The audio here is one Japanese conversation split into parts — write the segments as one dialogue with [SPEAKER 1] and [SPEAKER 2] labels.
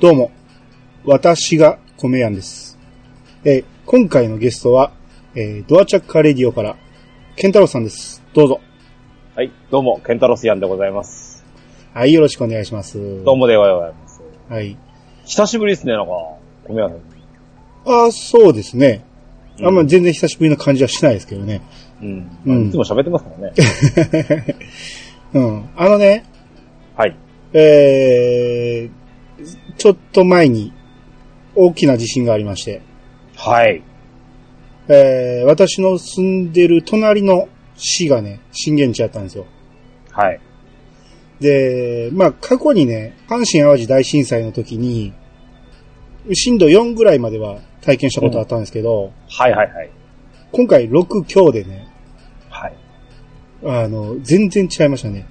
[SPEAKER 1] どうも、私が米やんです。えー今回のゲストは、えードアチャッカーレディオから、ケンタロウさんです。どうぞ。
[SPEAKER 2] はい、どうも、ケンタロスヤンでございます。
[SPEAKER 1] はい、よろしくお願いします。
[SPEAKER 2] どう。もでございます。
[SPEAKER 1] はい。
[SPEAKER 2] 久しぶりですね、なんか、ごめんなさい。
[SPEAKER 1] ああ、そうですね。あんま
[SPEAKER 2] うん
[SPEAKER 1] 全然久しぶりな感じはしないですけどね。
[SPEAKER 2] うん。
[SPEAKER 1] うん
[SPEAKER 2] いつも喋ってますからね。
[SPEAKER 1] うん。あのね、
[SPEAKER 2] はい。
[SPEAKER 1] えー、ちょっと前に、大きな地震がありまして、
[SPEAKER 2] はい。
[SPEAKER 1] えー、私の住んでる隣の市がね、震源地だったんですよ。
[SPEAKER 2] はい。
[SPEAKER 1] で、まあ、過去にね、阪神淡路大震災の時に、震度4ぐらいまでは体験したことあったんですけど、
[SPEAKER 2] はいはいはい。
[SPEAKER 1] 今回6強でね、
[SPEAKER 2] はい。
[SPEAKER 1] あの、全然違いましたね。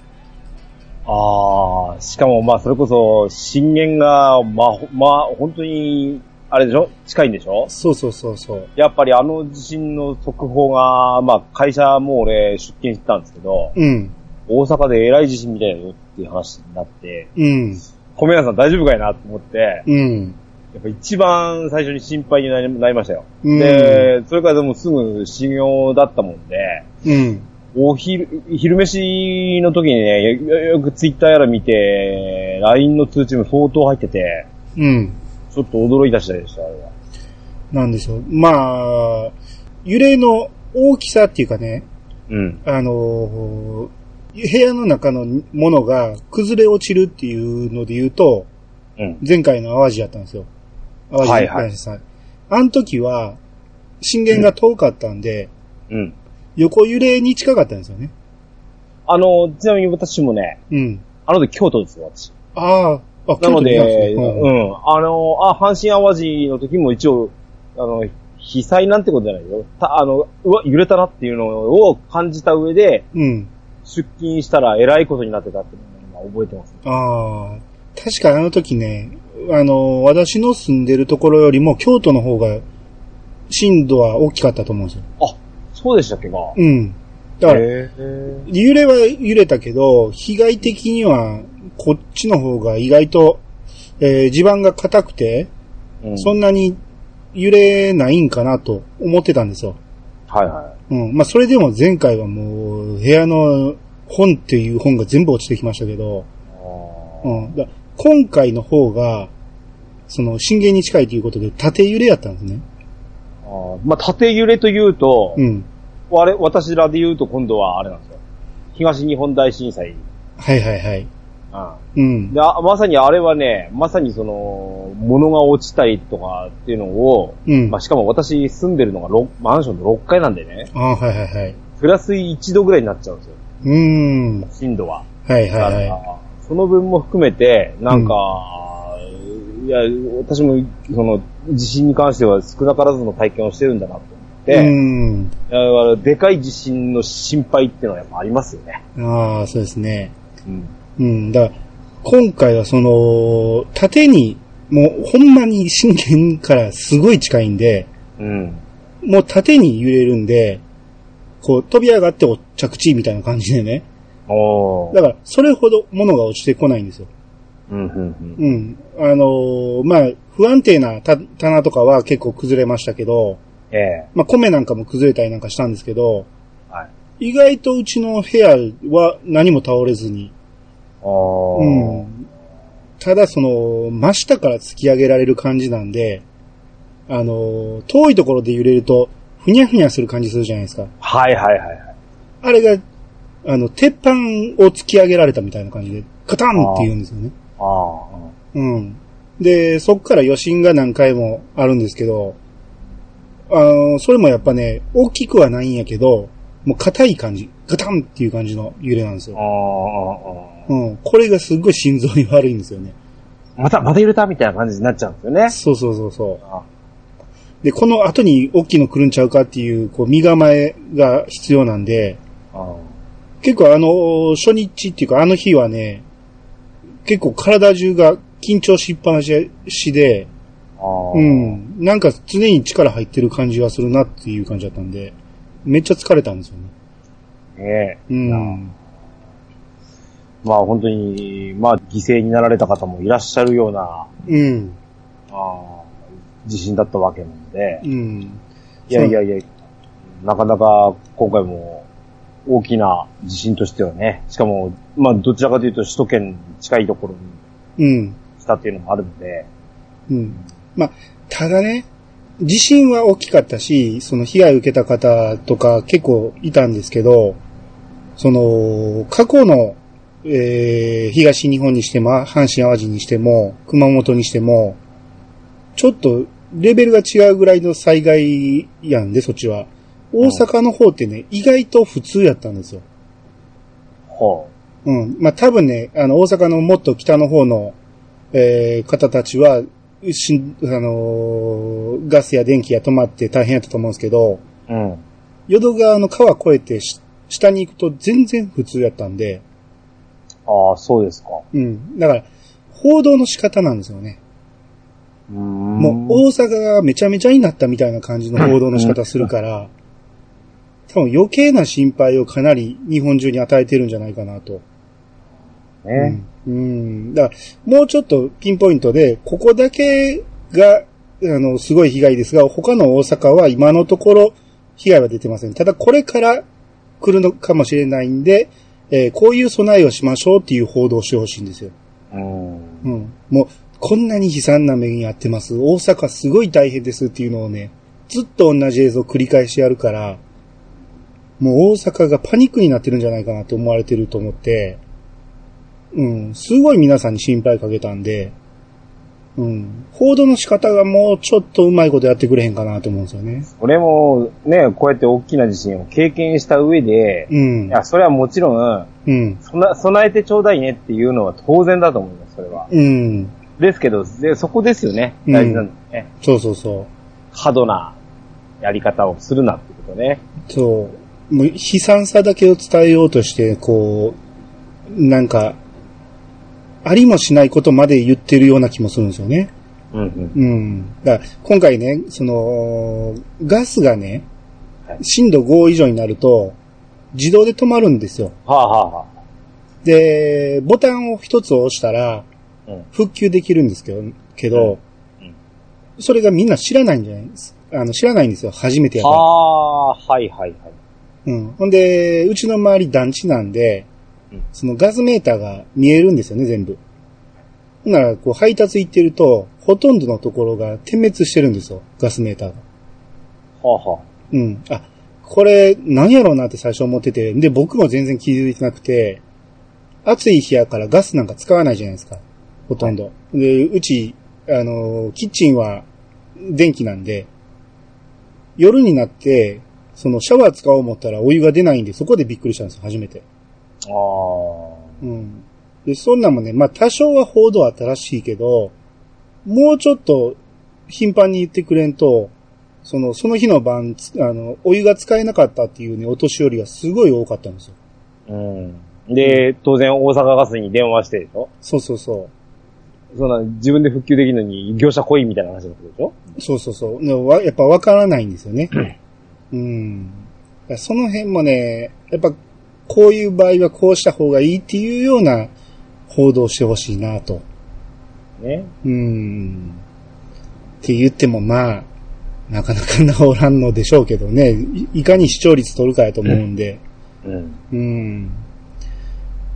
[SPEAKER 2] あー、しかもまあ、それこそ、震源が、まあ、ほまあ、本当に、あれでしょ近いんでしょ
[SPEAKER 1] そうそうそうそう。
[SPEAKER 2] やっぱりあの地震の速報が、まあ、会社もう俺出勤してたんですけど、
[SPEAKER 1] うん、
[SPEAKER 2] 大阪で偉い地震みたいだよっていう話になって、
[SPEAKER 1] うん、
[SPEAKER 2] 米屋さん大丈夫かいなと思って、
[SPEAKER 1] うん。
[SPEAKER 2] やっぱ一番最初に心配になりなりましたよ。
[SPEAKER 1] うん
[SPEAKER 2] で、それからでもすぐ修行だったもんで、
[SPEAKER 1] うん、
[SPEAKER 2] お昼、昼飯の時にね、よよよくツイッターやら見て、LINE の通知も相当入ってて、
[SPEAKER 1] うん。
[SPEAKER 2] ちょっと驚いた次第でした、あれは。
[SPEAKER 1] なんでしょう。まあ、揺れの大きさっていうかね、
[SPEAKER 2] うん。
[SPEAKER 1] あのー部屋の中のものが崩れ落ちるっていうので言うと、
[SPEAKER 2] うん。
[SPEAKER 1] 前回の淡路だったんですよ。淡路
[SPEAKER 2] はいはい
[SPEAKER 1] 大震災あの時は、震源が遠かったんで、
[SPEAKER 2] うん。
[SPEAKER 1] 横揺れに近かったんですよね。
[SPEAKER 2] あの、ちなみに私もね、
[SPEAKER 1] うん。
[SPEAKER 2] あの時京都ですよ、私。
[SPEAKER 1] ああ、あ、
[SPEAKER 2] なの
[SPEAKER 1] 京都
[SPEAKER 2] で、
[SPEAKER 1] な
[SPEAKER 2] うん
[SPEAKER 1] すね、
[SPEAKER 2] あの、あ、阪神淡路の時も一応、あの、被災なんてことじゃないよ。た、あの、うわ、揺れたなっていうのを感じた上で、
[SPEAKER 1] うん。うん。
[SPEAKER 2] 出勤したら偉いことになってたっていうのを今覚えてます、
[SPEAKER 1] ああ、確かあの時ね、あの、私の住んでるところよりも京都の方が震度は大きかったと思うんですよ。
[SPEAKER 2] そうでしたっけか。
[SPEAKER 1] うん。だから、
[SPEAKER 2] へー
[SPEAKER 1] 揺れは揺れたけど、被害的にはこっちの方が意外と、えー地盤が硬くて、
[SPEAKER 2] うん
[SPEAKER 1] そんなに揺れないんかなと思ってたんですよ。
[SPEAKER 2] はいは
[SPEAKER 1] うん。まあ、それでも前回はもう、部屋の本っていう本が全部落ちてきましたけど、
[SPEAKER 2] い。
[SPEAKER 1] うん。だ今回の方が、その、震源に近いということで、縦揺れやったんですね。
[SPEAKER 2] あーまあ、縦揺れというと、
[SPEAKER 1] うん。
[SPEAKER 2] 我々私らで言うと今度はあれなんですよ。東日本大震災。
[SPEAKER 1] はいはいはい。
[SPEAKER 2] う
[SPEAKER 1] うん
[SPEAKER 2] ん、であまさにあれはね、まさにその、物が落ちたりとかっていうのを、
[SPEAKER 1] うん
[SPEAKER 2] まあ、。しかも私住んでるのがろマンションの6階なんでね、
[SPEAKER 1] ああー、はいはいはい。
[SPEAKER 2] プラス1度ぐらいになっちゃうんですよ、
[SPEAKER 1] うーん。は
[SPEAKER 2] 震度は。
[SPEAKER 1] いはい
[SPEAKER 2] だ
[SPEAKER 1] は
[SPEAKER 2] からその分も含めて、なんか、いや、私も、その、地震に関しては少なからずの体験をしてるんだなと思っ
[SPEAKER 1] い。う
[SPEAKER 2] て、
[SPEAKER 1] ん。
[SPEAKER 2] だからでかい地震の心配っていうのはやっぱありますよね。
[SPEAKER 1] ああ、そうですね。
[SPEAKER 2] うん。
[SPEAKER 1] うん。だから今回はその、縦に、もうほんまに震源からすごい近いんで、
[SPEAKER 2] うん。
[SPEAKER 1] もう縦に揺れるんで、こう飛び上がってお着地みたいな感じでね。
[SPEAKER 2] おー
[SPEAKER 1] だから、それほど物が落ちてこないんですよ。
[SPEAKER 2] うん、うん、うん。
[SPEAKER 1] うん。あのーまあ、不安定なた棚とかは結構崩れましたけど、
[SPEAKER 2] ええ
[SPEAKER 1] まあ、米なんかも崩れたりなんかしたんですけど、
[SPEAKER 2] はい。
[SPEAKER 1] 意外とうちの部屋は何も倒れずに、
[SPEAKER 2] お
[SPEAKER 1] う
[SPEAKER 2] ー
[SPEAKER 1] ん。ただ、その、真下から突き上げられる感じなんで、あのー遠いところで揺れると、ふにゃふにゃする感じするじゃないですか。
[SPEAKER 2] はいはいはいはい。
[SPEAKER 1] あれが、あの、鉄板を突き上げられたみたいな感じで、カタンって言うんですよね。
[SPEAKER 2] ああ。
[SPEAKER 1] うん。で、そっから余震が何回もあるんですけど、あの、それもやっぱね、大きくはないんやけど、もう硬い感じ、ガタンっていう感じの揺れなんです
[SPEAKER 2] あ
[SPEAKER 1] よ。
[SPEAKER 2] あ。
[SPEAKER 1] うん。これがすっごい心臓に悪いんですよね。
[SPEAKER 2] また、また揺れたみたいな感じになっちゃうんですよね。
[SPEAKER 1] そうそうそうそ
[SPEAKER 2] あ
[SPEAKER 1] う。で、この後に大きいの来るんちゃうかっていう、こう、身構えが必要なんで、
[SPEAKER 2] あ。
[SPEAKER 1] 結構あの、初日っていうかあの日はね、結構体中が緊張しっぱなしで、
[SPEAKER 2] ああ。
[SPEAKER 1] うん。なんか常に力入ってる感じがするなっていう感じだったんで、めっちゃ疲れたんですよね。
[SPEAKER 2] ねえ。
[SPEAKER 1] うん。
[SPEAKER 2] まあ本当に、まあ犠牲になられた方もいらっしゃるような、
[SPEAKER 1] うん。
[SPEAKER 2] あー地震だったわけなので、
[SPEAKER 1] うん。
[SPEAKER 2] いやいやいや、なかなか今回も大きな地震としてはね、しかも、まあどちらかというと首都圏に近いところに
[SPEAKER 1] うん。
[SPEAKER 2] 来たっていうのもあるので、
[SPEAKER 1] うん。まあ、ただね、地震は大きかったし、その被害を受けた方とか結構いたんですけど、その、過去の、えー、東日本にしても、阪神淡路にしても、熊本にしても、ちょっとレベルが違うぐらいの災害やんで、そっちは。大阪の方ってね、意外と普通やったんですよ。
[SPEAKER 2] は
[SPEAKER 1] うん。まあ、多分ね、あの、大阪のもっと北の方の、えー方たちは、しん、あのーガスや電気が止まって大変やったと思うんですけど、
[SPEAKER 2] あ、うん。
[SPEAKER 1] 淀川の川越えてし下に行くと全然普通やったんで、
[SPEAKER 2] ああ、そうですか。
[SPEAKER 1] うん。だから、報道の仕方なんですよね。
[SPEAKER 2] うーん。
[SPEAKER 1] もう大阪がめちゃめちゃになったみたいな感じの報道の仕方するから、多分余計な心配をかなり日本中に与えてるんじゃないかなと。
[SPEAKER 2] ね。
[SPEAKER 1] うん。だから、もうちょっとピンポイントで、ここだけが、あの、すごい被害ですが、他の大阪は今のところ被害は出てません。ただ、これから来るのかもしれないんで、えーこういう備えをしましょうっていう報道をしてほしいんですよ。
[SPEAKER 2] うん。
[SPEAKER 1] うん。もう、こんなに悲惨な目に遭ってます。大阪すごい大変ですっていうのをね、ずっと同じ映像を繰り返しやるから、もう大阪がパニックになってるんじゃないかなって思われてると思って、うん、すごい皆さんに心配かけたんで、うん、報道の仕方がもうちょっとうまいことやってくれへんかなと思うんですよね。
[SPEAKER 2] 俺も、ね、こうやって大きな地震を経験した上で、
[SPEAKER 1] うん
[SPEAKER 2] い、や、それはもちろん、
[SPEAKER 1] うん、
[SPEAKER 2] そな備えてちょうだいねっていうのは当然だと思います、それは。
[SPEAKER 1] うん、
[SPEAKER 2] ですけど、でそこですよね。大事なんですね。
[SPEAKER 1] そうそうそう。
[SPEAKER 2] 過度なやり方をするなってことね。
[SPEAKER 1] そう。もう悲惨さだけを伝えようとして、こう、なんか、ありもしないことまで言ってるような気もするんですよね。
[SPEAKER 2] うんうん。
[SPEAKER 1] うん。だから今回ね、その、ガスがね
[SPEAKER 2] はい、
[SPEAKER 1] 震度5以上になると、自動で止まるんですよ。
[SPEAKER 2] はあ、はあは
[SPEAKER 1] で、ボタンを一つ押したら
[SPEAKER 2] うん、
[SPEAKER 1] 復旧できるんですけど、けど
[SPEAKER 2] うんうん、
[SPEAKER 1] それがみんな知らないんじゃないですあの、知らないんですよ。初めてや
[SPEAKER 2] あ、
[SPEAKER 1] から。
[SPEAKER 2] はあ、はいはいはい。
[SPEAKER 1] うん。ほんで、うちの周り団地なんで
[SPEAKER 2] うん、
[SPEAKER 1] そのガスメーターが見えるんですよね、全部。ほんなら、こう、配達行ってると、ほとんどのところが点滅してるんですよ、ガスメーターが。
[SPEAKER 2] はあ、は
[SPEAKER 1] うん。あ、これ、なんやろうなって最初思ってて、で、僕も全然気づいてなくて、暑い日やからガスなんか使わないじゃないですか、ほとんど。で、うち、あのー、キッチンは電気なんで、夜になって、そのシャワー使おう思ったらお湯が出ないんで、そこでびっくりしたんですよ、初めて。
[SPEAKER 2] あ。あ
[SPEAKER 1] うん。で、そんなんもね、まあ多少は報道あったらしいけど、もうちょっと頻繁に言ってくれんと、その、その日の晩、つあの、お湯が使えなかったっていうね、お年寄りがすごい多かったんですよ。
[SPEAKER 2] あ。うん。で、当然大阪ガスに電話してでしょ
[SPEAKER 1] そうそうそ
[SPEAKER 2] そんな、自分で復旧できるのに業者来いみたいな話のことでしょ
[SPEAKER 1] う。そうそうそう。ねわやっぱわからないんですよね。うん。だからその辺もね、やっぱ、こういう場合はこうした方がいいっていうような報道をしてほしいなと。
[SPEAKER 2] ね。
[SPEAKER 1] うーん。って言ってもまあ、なかなか治らんのでしょうけどね。いいかに視聴率取るかやと思うんで。
[SPEAKER 2] うん。
[SPEAKER 1] うん。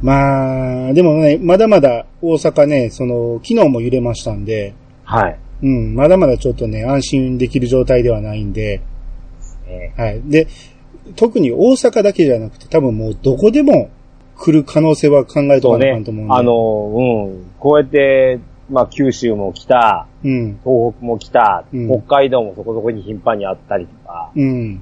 [SPEAKER 1] まあ、でもね、まだまだ大阪ね、その、昨日も揺れましたんで、
[SPEAKER 2] はい。
[SPEAKER 1] うん、まだまだちょっとね、安心できる状態ではないんで、
[SPEAKER 2] ね
[SPEAKER 1] はい。で、特に大阪だけじゃなくて、多分もうどこでも来る可能性は考えと
[SPEAKER 2] そ
[SPEAKER 1] か
[SPEAKER 2] う
[SPEAKER 1] なあか
[SPEAKER 2] ね
[SPEAKER 1] んと思うん。で。
[SPEAKER 2] あの、うん。こうやって、まあ、九州も来た、
[SPEAKER 1] うん、
[SPEAKER 2] 東北も来た、
[SPEAKER 1] うん
[SPEAKER 2] 北海道もそこそこに頻繁にあったりとか、
[SPEAKER 1] うん、
[SPEAKER 2] うん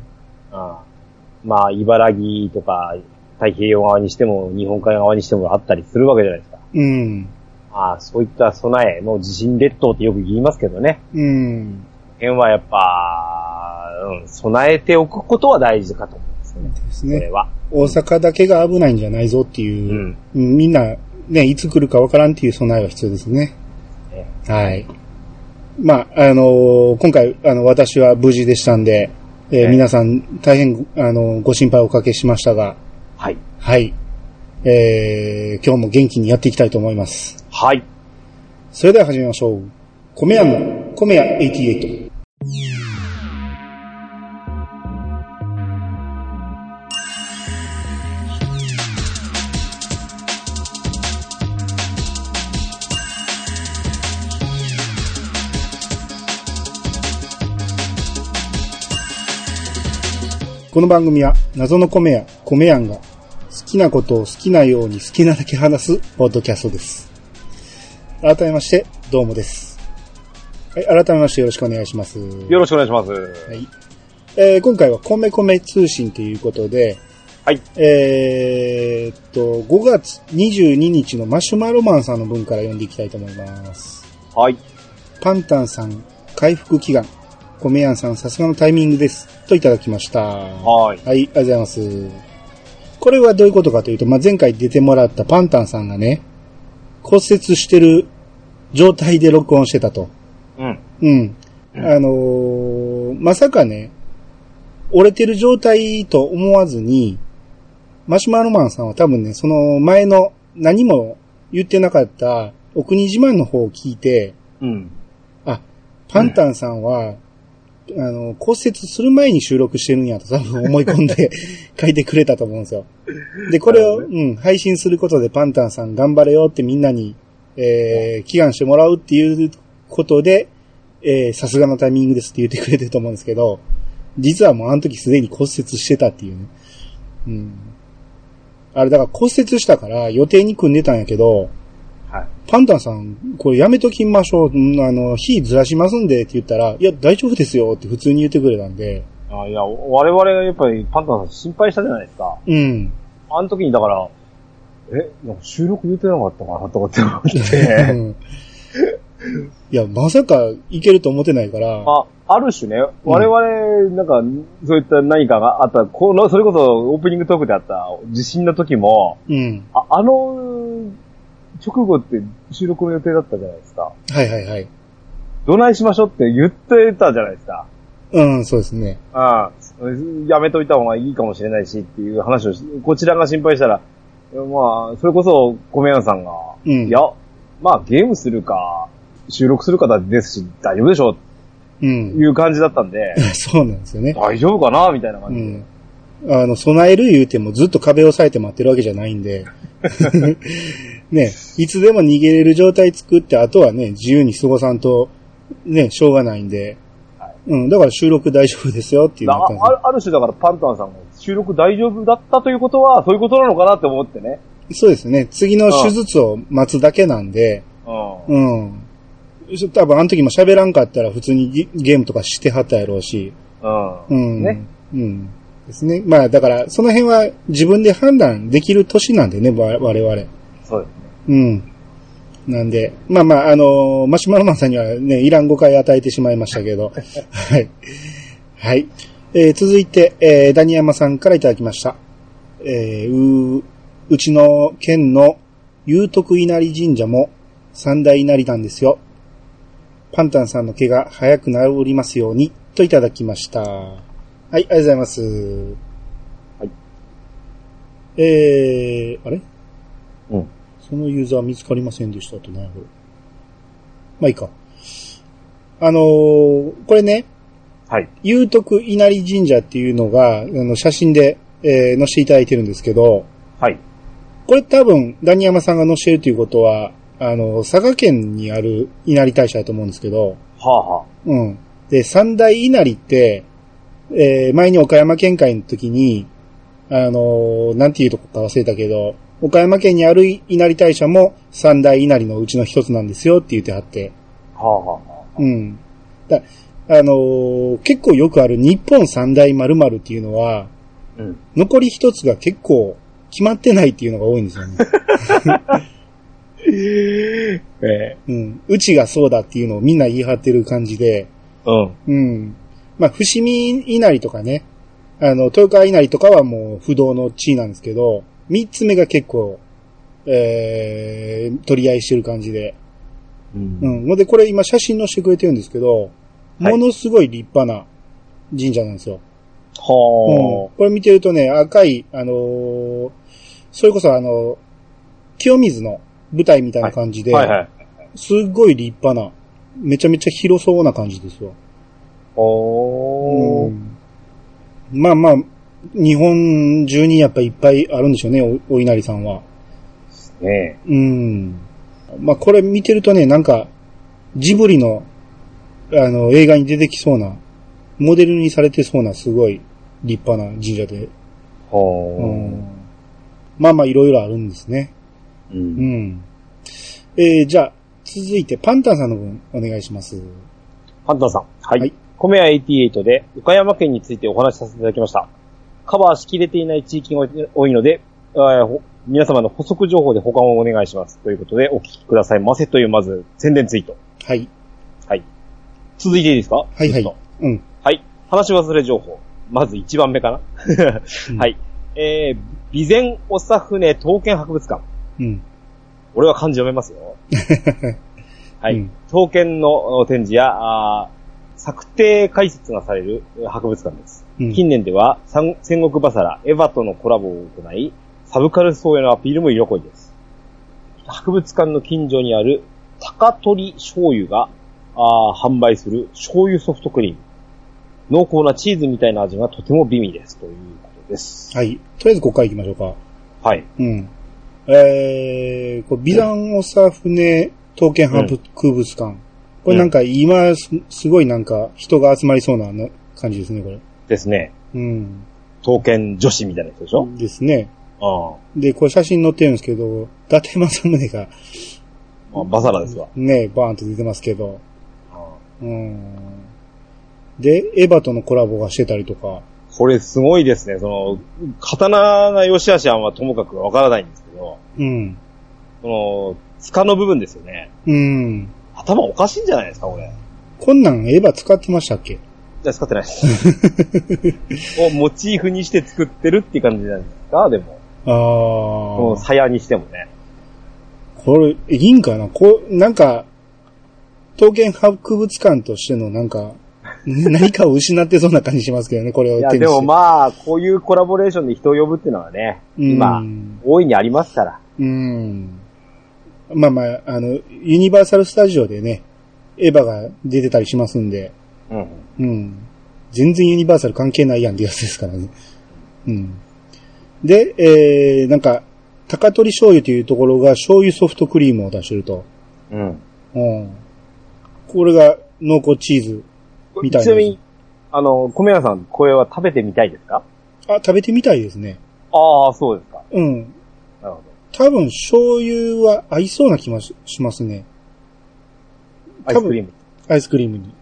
[SPEAKER 2] まあ、茨城とか、太平洋側にしても、日本海側にしてもあったりするわけじゃないですか。
[SPEAKER 1] うん、
[SPEAKER 2] ああ、そういった備え、もう地震列島ってよく言いますけどね。
[SPEAKER 1] うん。
[SPEAKER 2] 辺はやっぱ、うん、備えておくことは大事かと思うんですよね。
[SPEAKER 1] です
[SPEAKER 2] そ
[SPEAKER 1] ね
[SPEAKER 2] れ。は。
[SPEAKER 1] 大阪だけが危ないんじゃないぞっていうう、
[SPEAKER 2] ん。
[SPEAKER 1] うんみんな、ね、いつ来るかわからんっていう備えは必要ですね。
[SPEAKER 2] ね
[SPEAKER 1] はい。まあ、あのー今回、あの、私は無事でしたんで、えー
[SPEAKER 2] ね
[SPEAKER 1] 皆さん、大変、あのーご心配おかけしましたが、
[SPEAKER 2] はい。
[SPEAKER 1] はい。えー、今日も元気にやっていきたいと思います。
[SPEAKER 2] はい。
[SPEAKER 1] それでは始めましょう。米屋の、米屋88。この番組は謎の米屋、米屋が好きなことを好きなように好きなだけ話すポッドキャストです。改めまして、どうもです。はい、改めましてよろしくお願いします。
[SPEAKER 2] よろしくお願いします。
[SPEAKER 1] はい。えー今回は米米通信ということで、
[SPEAKER 2] はい。
[SPEAKER 1] えーっと、5月22日のマシュマロマンさんの文から読んでいきたいと思います。
[SPEAKER 2] はい。
[SPEAKER 1] パンタンさん、回復祈願。米やんさん、さすがのタイミングです。といただきました。は
[SPEAKER 2] はい。
[SPEAKER 1] い、ありがとうございます。これはどういうことかというと、まあ、前回出てもらったパンタンさんがね、骨折してる状態で録音してたと。
[SPEAKER 2] うん。
[SPEAKER 1] うん。
[SPEAKER 2] うん
[SPEAKER 1] あのーまさかね、折れてる状態と思わずに、マシュマロマンさんは多分ね、その前の何も言ってなかった、お国自慢の方を聞いて、
[SPEAKER 2] うん。
[SPEAKER 1] あ、パンタンさんは、あの、骨折する前に収録してるんやと多分思い込ん で書いてくれたと思うんですよ。で、これを、
[SPEAKER 2] なるほ
[SPEAKER 1] うん、配信することでパンタンさん頑張れよってみんなに、えー、祈願してもらうっていうことで、えー、さすがのタイミングですって言ってくれてると思うんですけど、実はもうあの時すでに骨折してたっていうね。うん。あれ、だから骨折したから予定に組んでたんやけど、
[SPEAKER 2] はい。
[SPEAKER 1] パンタンさん、これやめときましょう。んあの、火ずらしますんでって言ったら、いや、大丈夫ですよって普通に言ってくれたんで、
[SPEAKER 2] あいや、我々がやっぱりパンタンさん心配したじゃないですか。
[SPEAKER 1] うん。
[SPEAKER 2] あの時にだから、え、なんか収録言ってなかったかなとかって思っ
[SPEAKER 1] う
[SPEAKER 2] て。
[SPEAKER 1] んいや、まさかいけると思ってないから、
[SPEAKER 2] まあ、ある種ね、我々、なんか、そういった何かがあった、この、それこそオープニングトークであった地震の時も、
[SPEAKER 1] うん。
[SPEAKER 2] ああの、直後って収録の予定だったじゃないですか。
[SPEAKER 1] はいはいはい。
[SPEAKER 2] どないしましょうって言ってたじゃないですか。
[SPEAKER 1] うん、そうですね。
[SPEAKER 2] うん。やめといた方がいいかもしれないしっていう話をし、こちらが心配したら、まあ、それこそ、米屋さんが、
[SPEAKER 1] うん
[SPEAKER 2] いや、まあ、ゲームするか、収録するかですし、大丈夫でしょ
[SPEAKER 1] う。
[SPEAKER 2] うんいう感じだったんで、
[SPEAKER 1] そうなんですよね。
[SPEAKER 2] 大丈夫かなみたいな
[SPEAKER 1] う
[SPEAKER 2] 感じ
[SPEAKER 1] ん。
[SPEAKER 2] で。
[SPEAKER 1] あの、備える言うてもずっと壁を押さえて待ってるわけじゃないんで、ね、いつでも逃げれる状態作って、あとはね、自由に過ごさんと、ね、しょうがないんで、うん、だから収録大丈夫ですよっていう
[SPEAKER 2] だ
[SPEAKER 1] のがあったんですよ
[SPEAKER 2] あるある種だからパンタンさんも収録大丈夫だったということは、そういうことなのかなって思ってね。
[SPEAKER 1] そうですね。次の手術を待つだけなんで、
[SPEAKER 2] うん。
[SPEAKER 1] うん。多分あの時も喋らんかったら普通にゲゲームとかしてはったやろうし、
[SPEAKER 2] う。
[SPEAKER 1] うんん。
[SPEAKER 2] ね。
[SPEAKER 1] うん。ですね。まあだから、その辺は自分で判断できる年なんでね、わ我々。
[SPEAKER 2] そうですね。
[SPEAKER 1] うん。なんで、まあまあ、あのーマシュマロマンさんにはね、いらん誤解与えてしまいましたけど、はい。はい。えー続いて、えーダニヤマさんからいただきました。えーう、うちの県の有徳稲荷神社も三大稲荷なんですよ。パンタンさんの毛が早く治りますように、といただきました。はい、ありがとうございます。
[SPEAKER 2] はい。
[SPEAKER 1] えー、あれ
[SPEAKER 2] うん。
[SPEAKER 1] そのユーザー見つかりませんでしたとなるほど。まあいいか。あのーこれね、
[SPEAKER 2] はい。
[SPEAKER 1] 有徳稲荷神社っていうのが、あの、写真で、えー載せていただいてるんですけど、
[SPEAKER 2] はい。
[SPEAKER 1] これ多分、ダニヤマさんが載せてるということは、あの、佐賀県にある稲荷大社だと思うんですけど、
[SPEAKER 2] はあは
[SPEAKER 1] うん。で、三大稲荷って、えー前に岡山県会の時に、あのーなんていうとこか忘れたけど、岡山県にある稲荷大社も三大稲荷のうちの一つなんですよって言ってはって、
[SPEAKER 2] あ。はあはあはあ。
[SPEAKER 1] うん。だあのー結構よくある日本三大〇〇っていうのは、
[SPEAKER 2] うん。
[SPEAKER 1] 残り一つが結構決まってないっていうのが多いんですよね。
[SPEAKER 2] ええ。
[SPEAKER 1] うん。うちがそうだっていうのをみんな言い張ってる感じで、
[SPEAKER 2] うん。
[SPEAKER 1] うん。まあ、伏見稲荷とかね、あの、豊川稲荷とかはもう不動の地位なんですけど、三つ目が結構、えー、取り合いしてる感じで。
[SPEAKER 2] うん
[SPEAKER 1] うん。ほんで、これ今写真載せてくれてるんですけど、
[SPEAKER 2] はい
[SPEAKER 1] ものすごい立派な神社なんですよ。うん
[SPEAKER 2] は
[SPEAKER 1] これ見てるとね、赤い、あのーそれこそあの、清水の舞台みたいな感じで、
[SPEAKER 2] はいはい。
[SPEAKER 1] すっごい立派な、めちゃめちゃ広そうな感じですよ。
[SPEAKER 2] おー。
[SPEAKER 1] まあまあ、日本中にやっぱいっぱいあるんでしょうね、おお稲荷さんは。
[SPEAKER 2] ね
[SPEAKER 1] うん。まあこれ見てるとね、なんか、ジブリの、あの、映画に出てきそうな、モデルにされてそうな、すごい立派な神社で。
[SPEAKER 2] え。は
[SPEAKER 1] うんまあまあいろいろあるんですね。
[SPEAKER 2] ー。う。
[SPEAKER 1] うんん。えー、じゃあ、続いて、パンタンさんの分、お願いします。
[SPEAKER 2] ハンターさん。はい。
[SPEAKER 1] はい
[SPEAKER 2] 米屋88で岡山県についてお話しさせていただきました。カバーしきれていない地域が多いので、あーほ皆様の補足情報で保管をお願いします。ということで、お聞きくださいませという、まず、宣伝ツイート。
[SPEAKER 1] はい。
[SPEAKER 2] 続いていいですか
[SPEAKER 1] はいは
[SPEAKER 2] ちょっ
[SPEAKER 1] い
[SPEAKER 2] と。
[SPEAKER 1] うん。
[SPEAKER 2] はい。話忘れ情報。まず1番目かな。 はい。えー、備前長船刀剣博物館。
[SPEAKER 1] うん。
[SPEAKER 2] 俺は漢字読めま すよ。はい。
[SPEAKER 1] うん
[SPEAKER 2] 刀剣の展示や、あー策定解説がされる博物館です。
[SPEAKER 1] うん
[SPEAKER 2] 近年では、三戦国バサラ、エヴァとのコラボを行い、サブカル層へのアピールも色濃いです。博物館の近所にある、高取醤油が、あー販売する醤油ソフトクリーム。濃厚なチーズみたいな味がとても美味です。ということです。
[SPEAKER 1] はい。とりあえずここから行きましょうか。
[SPEAKER 2] はい。
[SPEAKER 1] うん。えー、こう美談長船刀剣博物館。これなんか今す、すごいなんか人が集まりそうなな感じですね、これ。
[SPEAKER 2] ですね。
[SPEAKER 1] うん。
[SPEAKER 2] 刀剣女子みたいな人でしょ、
[SPEAKER 1] ですね。
[SPEAKER 2] ああ。
[SPEAKER 1] で、これ写真載ってるんですけど、伊達政宗が
[SPEAKER 2] まあ、バサラですわ。
[SPEAKER 1] ね、バーンと出てますけど。うん。で、エヴァとのコラボがしてたりとか。
[SPEAKER 2] これすごいですね。その、刀が良し悪しはともかくわからないんですけど、
[SPEAKER 1] うん。
[SPEAKER 2] その、塚の部分ですよね。
[SPEAKER 1] うん。
[SPEAKER 2] 頭おかしいんじゃないですか、これ。
[SPEAKER 1] こんなんエヴァ使ってましたっけ
[SPEAKER 2] じゃあ使ってないで す。をモチーフにして作ってるっていう感じじゃないですか、でも。
[SPEAKER 1] ああ。
[SPEAKER 2] この鞘にしてもね。
[SPEAKER 1] これ、いいんかなこう、なんか、刀剣博物館としてのなんか、何かを失ってそうな感じしますけどね、これを
[SPEAKER 2] いや、
[SPEAKER 1] 展
[SPEAKER 2] で
[SPEAKER 1] 示し
[SPEAKER 2] も
[SPEAKER 1] て
[SPEAKER 2] まあ、こういうコラボレーションで人を呼ぶっていうのはね、今
[SPEAKER 1] う、ん
[SPEAKER 2] 大いにありますから。
[SPEAKER 1] うん。まあまあ、あの、ユニバーサルスタジオでね、エヴァが出てたりしますんで、
[SPEAKER 2] うん。
[SPEAKER 1] うん。全然ユニバーサル関係ないやんってやつですからね。うん。で、えー、なんか、高取醤油というところが醤油ソフトクリームを出してると。
[SPEAKER 2] うん。
[SPEAKER 1] うん。これが濃厚チーズ。みたいな
[SPEAKER 2] ちなみに、あの、米屋さん、これは食べてみたいですか
[SPEAKER 1] あ、食べてみたいですね。
[SPEAKER 2] ああ、そうですか。
[SPEAKER 1] うん。
[SPEAKER 2] なるほど。
[SPEAKER 1] 多分醤油は合いそうな気もししますね。
[SPEAKER 2] アイスクリーム。
[SPEAKER 1] アイスクリームに。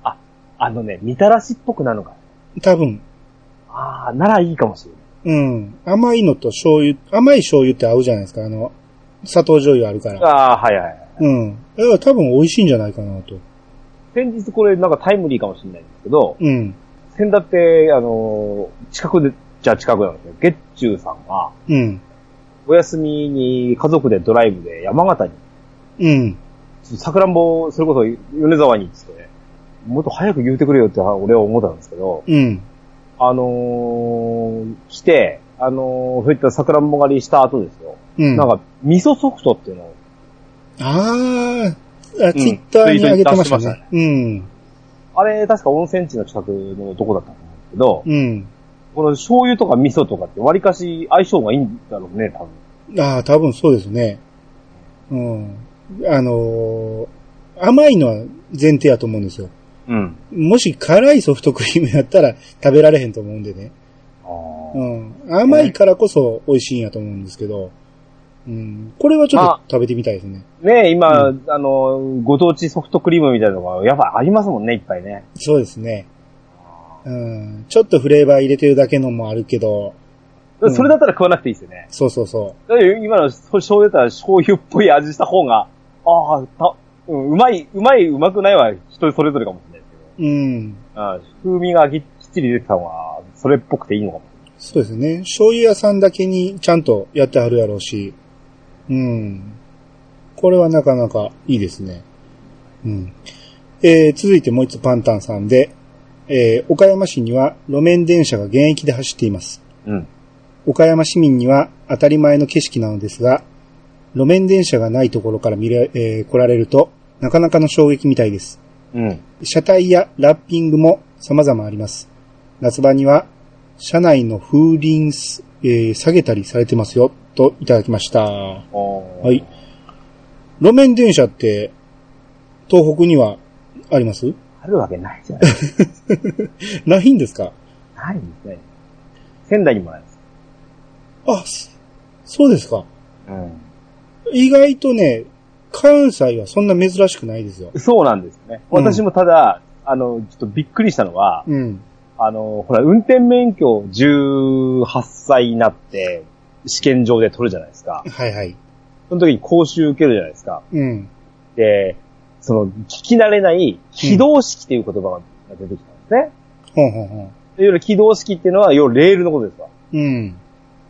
[SPEAKER 2] あのね、みたらしっぽくなのが。
[SPEAKER 1] 多分。
[SPEAKER 2] ああ、ならいいかもしれない。
[SPEAKER 1] うん。甘いのと醤油、甘い醤油って合うじゃないですか。あの、砂糖醤油あるから。
[SPEAKER 2] ああ、はいはいはい。
[SPEAKER 1] うん。だから多分美味しいんじゃないかなと。
[SPEAKER 2] 先日これなんかタイムリーかもしれないんですけど、
[SPEAKER 1] うん。
[SPEAKER 2] 先だって、あのー近くで、じゃあ近くなんですけど、月中さんが、
[SPEAKER 1] うん。
[SPEAKER 2] お休みに家族でドライブで山形に、
[SPEAKER 1] うん。
[SPEAKER 2] ちょっと桜んぼ、それこそ米沢に行ってて、もっと早く言うてくれよって俺は思ったんですけど、
[SPEAKER 1] うん。
[SPEAKER 2] あのー来て、あのーそういった桜んぼ狩りした後ですよ。
[SPEAKER 1] うん。
[SPEAKER 2] なんか、味噌ソフトっていうのを
[SPEAKER 1] あーあ、ツイッ
[SPEAKER 2] ツ
[SPEAKER 1] タ
[SPEAKER 2] イ
[SPEAKER 1] ー
[SPEAKER 2] ートに
[SPEAKER 1] に上げてました
[SPEAKER 2] 出してま
[SPEAKER 1] ね。うん。
[SPEAKER 2] あれ、確か温泉地の近くのどこだったんですけど、
[SPEAKER 1] うん。
[SPEAKER 2] この醤油とか味噌とかって割かし相性がいいんだろうね、多分。
[SPEAKER 1] ああ、多分そうですね。うん。あのー甘いのは前提やと思うんですよ。
[SPEAKER 2] うん。
[SPEAKER 1] もし辛いソフトクリームやったら食べられへんと思うんでね。
[SPEAKER 2] あ
[SPEAKER 1] うん。甘いからこそ美味しいんやと思うんですけど。うん。これはちょっと食べてみたいですね。
[SPEAKER 2] あねえ、今、あの、ご当地ソフトクリームみたいなのが、やっぱありますもんね、いっぱいね。
[SPEAKER 1] そうですね。うん。ちょっとフレーバー入れてるだけのもあるけど、うん
[SPEAKER 2] それだったら食わなくていいですよね。
[SPEAKER 1] そうそうそ
[SPEAKER 2] だって今のそう醤油だったら醤油っぽい味した方が、ああ、た、うんうまい、うまい、うまくないは人それぞれかもしれないですけど。
[SPEAKER 1] う。うん。
[SPEAKER 2] うん風味がきっちり出てた方が、それっぽくていいのかも。
[SPEAKER 1] そうですね。醤油屋さんだけにちゃんとやってはるやろうし。うん。これはなかなかいいですね。うん。えー、続いてもう一つパンタンさんで、えー、岡山市には路面電車が現役で走っています。
[SPEAKER 2] うん。
[SPEAKER 1] 岡山市民には当たり前の景色なのですが、路面電車がないところから見れ、えー来られると、なかなかの衝撃みたいです。
[SPEAKER 2] うん。
[SPEAKER 1] 車体やラッピングも様々あります。夏場には、車内の風鈴、えー下げたりされてますよ、といただきました。
[SPEAKER 2] は
[SPEAKER 1] はい。路面電車って、東北にはあります
[SPEAKER 2] あるわけないじゃないです
[SPEAKER 1] ないんですか
[SPEAKER 2] か。ないんですね。仙台にもないです。
[SPEAKER 1] あ、そそうですか。
[SPEAKER 2] う
[SPEAKER 1] 意外とね、関西はそんな珍しくないですよ。
[SPEAKER 2] ん。そうなんですよね。
[SPEAKER 1] うん
[SPEAKER 2] 私もただ、あの、ちょっとびっくりしたのは、
[SPEAKER 1] うん。
[SPEAKER 2] あの、ほら、運転免許18歳になって、試験場で取るじゃないですか。
[SPEAKER 1] はいはい。
[SPEAKER 2] その時に講習受けるじゃないですか。
[SPEAKER 1] うん。
[SPEAKER 2] で、その、聞き慣れない、起動式っていう言葉が出てきたんですね。
[SPEAKER 1] ほんほんほん。
[SPEAKER 2] いわゆる起動式っていうのは、要はレールのことですわ。
[SPEAKER 1] うん。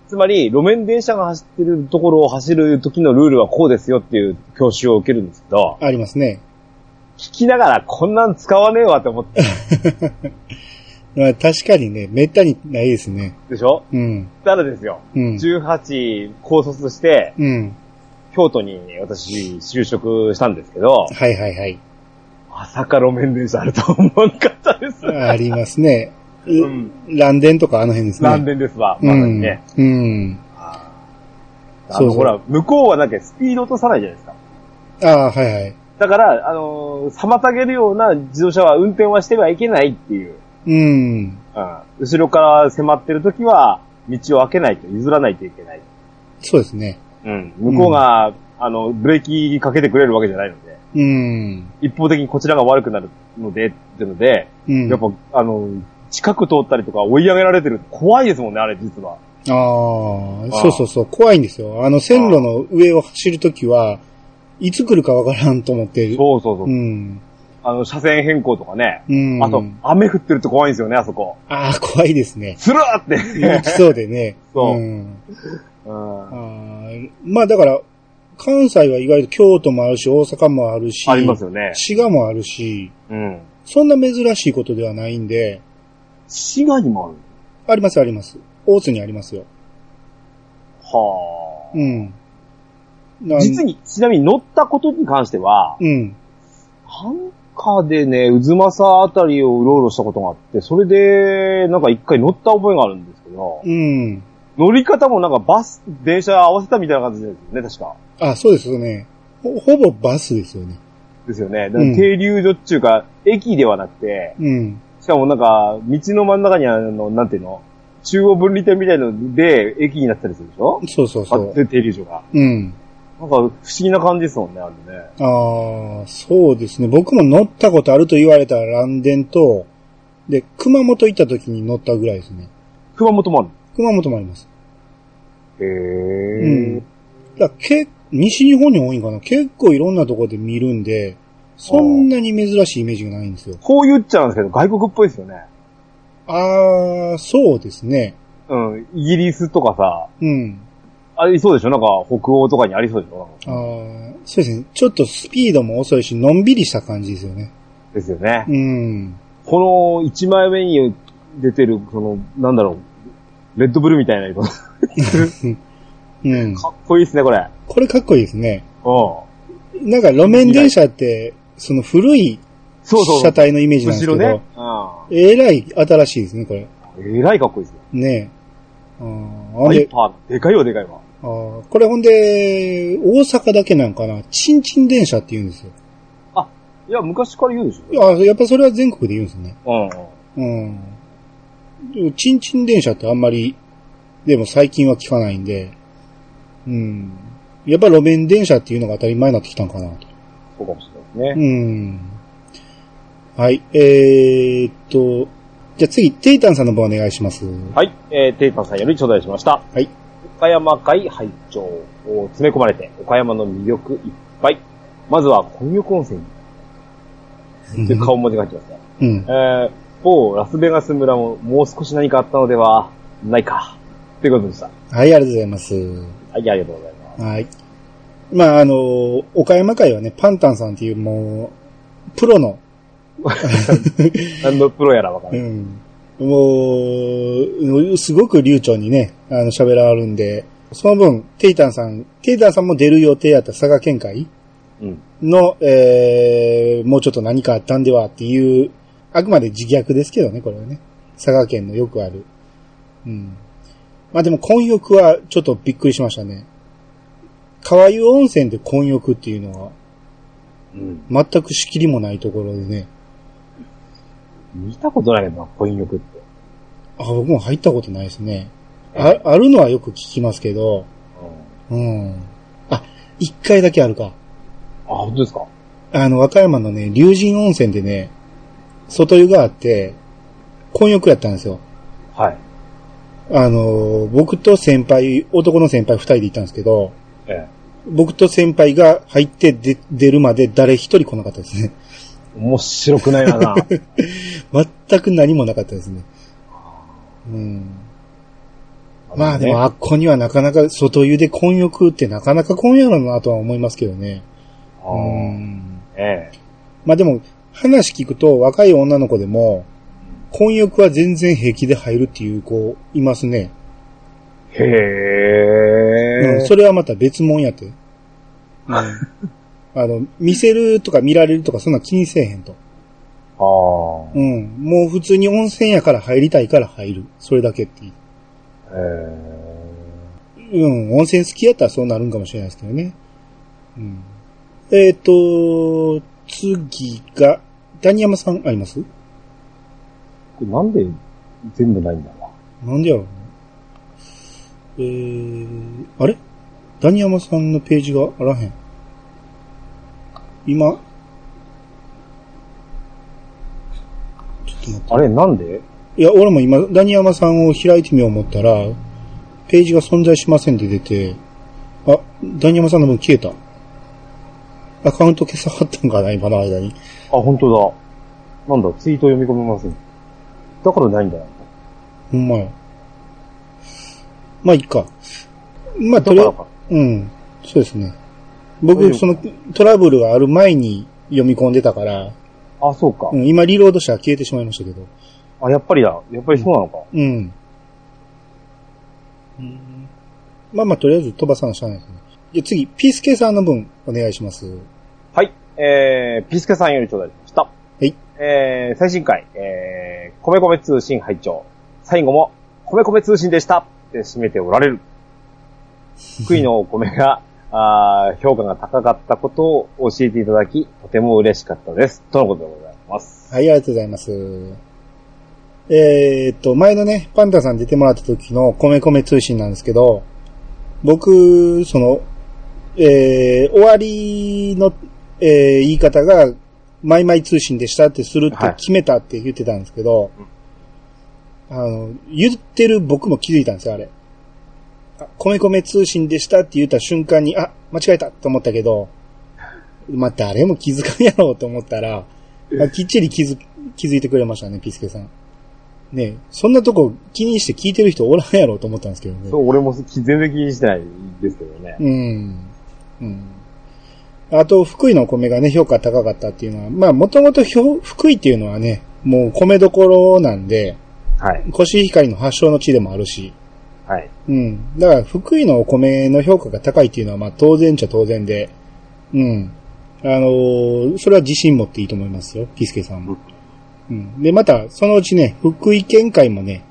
[SPEAKER 2] つまり、路面電車が走ってるところを走る時のルールはこうですよっていう教習を受けるんですけど、
[SPEAKER 1] ありますね。
[SPEAKER 2] 聞きながらこんなん使わねえわって思ってる
[SPEAKER 1] まあ確かにね、めったにないですね。
[SPEAKER 2] でしょ
[SPEAKER 1] うん。
[SPEAKER 2] ただですよ。
[SPEAKER 1] うん。
[SPEAKER 2] 18高卒して、
[SPEAKER 1] うん。
[SPEAKER 2] 京都に私就職したんですけど、
[SPEAKER 1] はいはいはい。
[SPEAKER 2] まさか路面電車あるとは思わなかったです。
[SPEAKER 1] ありますね。う
[SPEAKER 2] う。
[SPEAKER 1] ん乱電とかあの辺ですね。
[SPEAKER 2] 残念ですわ、
[SPEAKER 1] う
[SPEAKER 2] まだ
[SPEAKER 1] ん。
[SPEAKER 2] ね。
[SPEAKER 1] うん。
[SPEAKER 2] あの、
[SPEAKER 1] そうそう
[SPEAKER 2] ほら、向こうはなんかスピード落とさないじゃないですか。
[SPEAKER 1] ああ、はいはい。
[SPEAKER 2] だから、あのー妨げるような自動車は運転はしてはいけないっていう。
[SPEAKER 1] うん。
[SPEAKER 2] うん。後ろから迫ってる時は、道を開けないと、譲らないといけない。
[SPEAKER 1] そうですね。
[SPEAKER 2] うん。向こうが、あの、ブレーキかけてくれるわけじゃないので、
[SPEAKER 1] うん。
[SPEAKER 2] 一方的にこちらが悪くなるので、っていうので、
[SPEAKER 1] うん。
[SPEAKER 2] やっぱ、あの、近く通ったりとか追い上げられてる。怖いですもんね、あれ、実は。
[SPEAKER 1] ああ、
[SPEAKER 2] ああ
[SPEAKER 1] そうそうそう、怖いんですよ。あの線路の上を走るときは、いつ来るかわからんと思ってる。
[SPEAKER 2] そうそうそう。
[SPEAKER 1] うん。
[SPEAKER 2] あの、車線変更とかね。
[SPEAKER 1] うん。
[SPEAKER 2] あと、雨降ってると怖いんですよね、あそこ。
[SPEAKER 1] ああ、怖いです ね。
[SPEAKER 2] つるーって。
[SPEAKER 1] 行きそうでね。、
[SPEAKER 2] そうんうん
[SPEAKER 1] あーまあだから、関西は意外と京都もあるし、大阪もあるし、
[SPEAKER 2] ありますよね。
[SPEAKER 1] 滋賀もあるし、
[SPEAKER 2] うん。
[SPEAKER 1] そんな珍しいことではないんで、
[SPEAKER 2] 滋賀にもある。
[SPEAKER 1] ありますあります。大津にありますよ。
[SPEAKER 2] はあ。
[SPEAKER 1] うん。なん
[SPEAKER 2] 実に、ちなみに乗ったことに関しては、
[SPEAKER 1] うん。
[SPEAKER 2] ハンカーでね、渦政あたりをうろうろしたことがあって、それで、なんか一回乗った覚えがあるんですけど、
[SPEAKER 1] うん。
[SPEAKER 2] 乗り方もなんかバス、電車合わせたみたいな感じですよね、確か。
[SPEAKER 1] あ、そうですよね。ほほぼバスですよね。
[SPEAKER 2] ですよね。だか
[SPEAKER 1] うん
[SPEAKER 2] ら停留所っていうか、駅ではなくて、
[SPEAKER 1] うん。
[SPEAKER 2] しかもなんか、道の真ん中にあの、なんていうの中央分離点みたいので、駅になったりするでしょ
[SPEAKER 1] そうそうそ
[SPEAKER 2] あ
[SPEAKER 1] う。
[SPEAKER 2] で停留所が。
[SPEAKER 1] うん。
[SPEAKER 2] なんか、不思議な感じですもんね、あれね。
[SPEAKER 1] ああ、そうですね。僕も乗ったことあると言われたら蘭電と、で、熊本行った時に乗ったぐらいですね。
[SPEAKER 2] 熊本もある。
[SPEAKER 1] 熊本もあります。
[SPEAKER 2] へ
[SPEAKER 1] うん。だからけ西日本に多いんかな結構いろんなとこで見るんで、そんなに珍しいイメージがないんですよ。
[SPEAKER 2] こう言っちゃうんですけど、外国っぽいですよね。
[SPEAKER 1] ああ、そうですね。
[SPEAKER 2] うん。イギリスとかさ、
[SPEAKER 1] うん。
[SPEAKER 2] ありそうでしょなんか、北欧とかにありそうでしょ
[SPEAKER 1] ああ、そうですね。ちょっとスピードも遅いし、のんびりした感じですよね。
[SPEAKER 2] ですよね。
[SPEAKER 1] うん。
[SPEAKER 2] この、一枚目に出てる、その、なんだろう、レッドブルみたいな色。か
[SPEAKER 1] うん。
[SPEAKER 2] っこいいですね、これ。
[SPEAKER 1] これかっこいいですね。
[SPEAKER 2] う
[SPEAKER 1] なんか路面電車って、その古い
[SPEAKER 2] ん。そうそう。
[SPEAKER 1] 車体のイメージなんです
[SPEAKER 2] 後
[SPEAKER 1] けど、
[SPEAKER 2] ろね。
[SPEAKER 1] えらい新しいですね、これ。
[SPEAKER 2] うん。えらいかっこいいですね。
[SPEAKER 1] ねえ。あーほん
[SPEAKER 2] ワイ
[SPEAKER 1] で、
[SPEAKER 2] パー、でかいよ、でかいわ。
[SPEAKER 1] あーこれほんで、大阪だけなんかな、チンチン電車って言うんですよ。
[SPEAKER 2] いや、昔から言うでし
[SPEAKER 1] いや、やっぱそれは全国で言うんですね。
[SPEAKER 2] ょ。
[SPEAKER 1] うん。でもチンチン電車ってあんまり、でも最近は聞かないんで、うん。やっぱ路面電車っていうのが当たり前になってきたんかなと。
[SPEAKER 2] うん。そうかもしれないです
[SPEAKER 1] う
[SPEAKER 2] ね。
[SPEAKER 1] ん。はい、えー、っと、じゃあ次、テイタンさんの方お願いします。
[SPEAKER 2] はい。えー、テイタンさんより頂戴しました。
[SPEAKER 1] はい。
[SPEAKER 2] 岡山会拝聴を詰め込まれて、岡山の魅力いっぱい。まずは、混浴温泉という顔文字が入ってますね。
[SPEAKER 1] うん。
[SPEAKER 2] えー、某ラスベガス村ももう少し何かあったのではないか。ということでした。は
[SPEAKER 1] はい、ありがとうございます。
[SPEAKER 2] い、ありがとうございます。
[SPEAKER 1] はい。まあ、あの、岡山会はね、パンタンさんっていうもう、プロの、
[SPEAKER 2] 何のプロやらわか
[SPEAKER 1] う
[SPEAKER 2] らない。
[SPEAKER 1] ん、もう、すごく流暢にね、あの、喋らはるんで、その分、テイタンさん、テイタンさんも出る予定やった佐賀県会
[SPEAKER 2] うん。
[SPEAKER 1] の、えー、もうちょっと何かあったんではっていう、あくまで自虐ですけどね、これはね。佐賀県のよくある。うん。まあでも、混浴はちょっとびっくりしましたね。川湯温泉で混浴っていうのは、
[SPEAKER 2] うん。
[SPEAKER 1] 全く仕切りもないところでね。
[SPEAKER 2] 見たことないけどな、婚浴って。
[SPEAKER 1] あ、僕も入ったことないですね。あ、あるのはよく聞きますけど、
[SPEAKER 2] うん
[SPEAKER 1] うん。あ、一回だけあるか。
[SPEAKER 2] あ、本当ですか
[SPEAKER 1] あの、和歌山のね、龍神温泉でね、外湯があって、混浴やったんですよ。
[SPEAKER 2] はい。
[SPEAKER 1] あの、僕と先輩、男の先輩二人で行ったんですけど、
[SPEAKER 2] ええ。
[SPEAKER 1] 僕と先輩が入ってで出るまで誰一人来なかったですね。
[SPEAKER 2] 面白くないわな。
[SPEAKER 1] 全く何もなかったですね。うん。 まあでも、あっこにはなかなか外湯で混浴ってなかなか混やろなとは思いますけどね。う
[SPEAKER 2] ね。
[SPEAKER 1] ん。
[SPEAKER 2] あーえ
[SPEAKER 1] まあでも、話聞くと若い女の子でも、混浴は全然平気で入るっていう子いますね。
[SPEAKER 2] え。へえ。
[SPEAKER 1] うん、それはまた別物やって。あの、見せるとか見られるとかそんな気にせえへんと。
[SPEAKER 2] ああ。
[SPEAKER 1] うん。もう普通に温泉やから入りたいから入る。それだけっていう。
[SPEAKER 2] ええ。
[SPEAKER 1] うん、温泉好きやったらそうなるんかもしれないですけどね。うん。えっ、と、次が、ダニヤマさんあります
[SPEAKER 2] これなんで全部ないんだろ
[SPEAKER 1] なんでやろうねえー、あれダニヤマさんのページがあらへん。今、ちょっと待って
[SPEAKER 2] う。あれ、なんで
[SPEAKER 1] いや、俺も今、ダニヤマさんを開いてみよう思ったら、ページが存在しませんって出て、あ、ダニヤマさんの分消えた。アカウント消さはったんかな、今の間に。
[SPEAKER 2] あ、本当だ。なんだ、ツイート読み込めません。だからないんだよ。
[SPEAKER 1] ほんまや。まあ、いっか。まあ、とり
[SPEAKER 2] だ
[SPEAKER 1] あえ
[SPEAKER 2] から
[SPEAKER 1] ず、
[SPEAKER 2] か。
[SPEAKER 1] うん。そうですね。
[SPEAKER 2] 大
[SPEAKER 1] 僕、
[SPEAKER 2] 丈夫
[SPEAKER 1] そのトラブルがある前に読み込んでたから、
[SPEAKER 2] あ、そうか
[SPEAKER 1] う。ん、今リロードしたら消えてしまいましたけど。
[SPEAKER 2] あ、やっぱりだ。やっぱりそうなのか。
[SPEAKER 1] うん。まあまあ、とりあえず飛ばさなしゃあないですね。じゃあ次、ピースケさんの分、お願いします。。
[SPEAKER 2] はい。えー、ピスケさんより頂戴しました。はいえー、最新回、えー、米米通信拝聴最後も、米米通信でしたって締めておられる。福井のお米が、あー評価が高かったことを教えていただき、とても嬉しかったです。とのことでございます。
[SPEAKER 1] はい、ありがとうございます。えーっと、前のね、パンダさん出てもらった時の米米通信なんですけど、僕、その、えー、終わりの、えー言い方が、マイマイ通信でしたってするって決めたって言ってたんですけど、あの、言ってる僕も気づいたんですよ、あれ。あ、米米通信でしたって言った瞬間に、あ、間違えたと思ったけど、まあ、誰も気づかんやろうと思ったら、まあ、きっちり気づ、気づいてくれましたね、ピスケさん。ねえそんなとこ気にして聞いてる人おらんやろうと思ったんですけどね。
[SPEAKER 2] そう、俺もき全然気にしてないですけどね。
[SPEAKER 1] うん。うん。あと、福井のお米がね、評価高かったっていうのは、まあ、もともと福井っていうのはね、もう米どころなんで、
[SPEAKER 2] はい。
[SPEAKER 1] コシヒカリの発祥の地でもあるし、
[SPEAKER 2] はい。
[SPEAKER 1] うん。だから、福井のお米の評価が高いっていうのは、まあ、当然っちゃ当然で、うん。あのーそれは自信持っていいと思いますよ、ピスケさんも。うん。で、また、そのうちね、福井県会もね、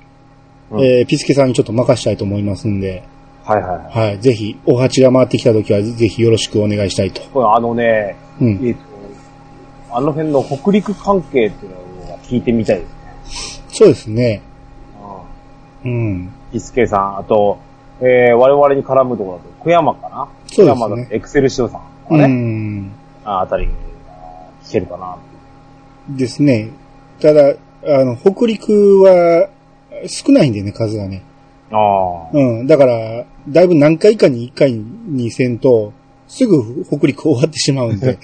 [SPEAKER 2] うん
[SPEAKER 1] えーピスケさんにちょっと任したいと思いますんで、
[SPEAKER 2] はいはいはい。
[SPEAKER 1] はい。ぜひ、お鉢が回ってきた時は、ぜひよろしくお願いしたいと。
[SPEAKER 2] これあのね、
[SPEAKER 1] うん。
[SPEAKER 2] えっ、と、あの辺の北陸関係っていうのを聞いてみたいですね。
[SPEAKER 1] そうですね。うん。
[SPEAKER 2] ピスケさん、あと、えー、我々に絡むところだと、福山かな
[SPEAKER 1] そうですね
[SPEAKER 2] 福山だとエクセルシオさんと
[SPEAKER 1] う
[SPEAKER 2] かね、
[SPEAKER 1] ん。
[SPEAKER 2] ああたりが聞けるかな。
[SPEAKER 1] ですね。ただ、あの、北陸は、少ないんでね、数がね。
[SPEAKER 2] ああ、
[SPEAKER 1] うん。だから、だいぶ何回かに1回にせんと、すぐ北陸終わってしまうんで、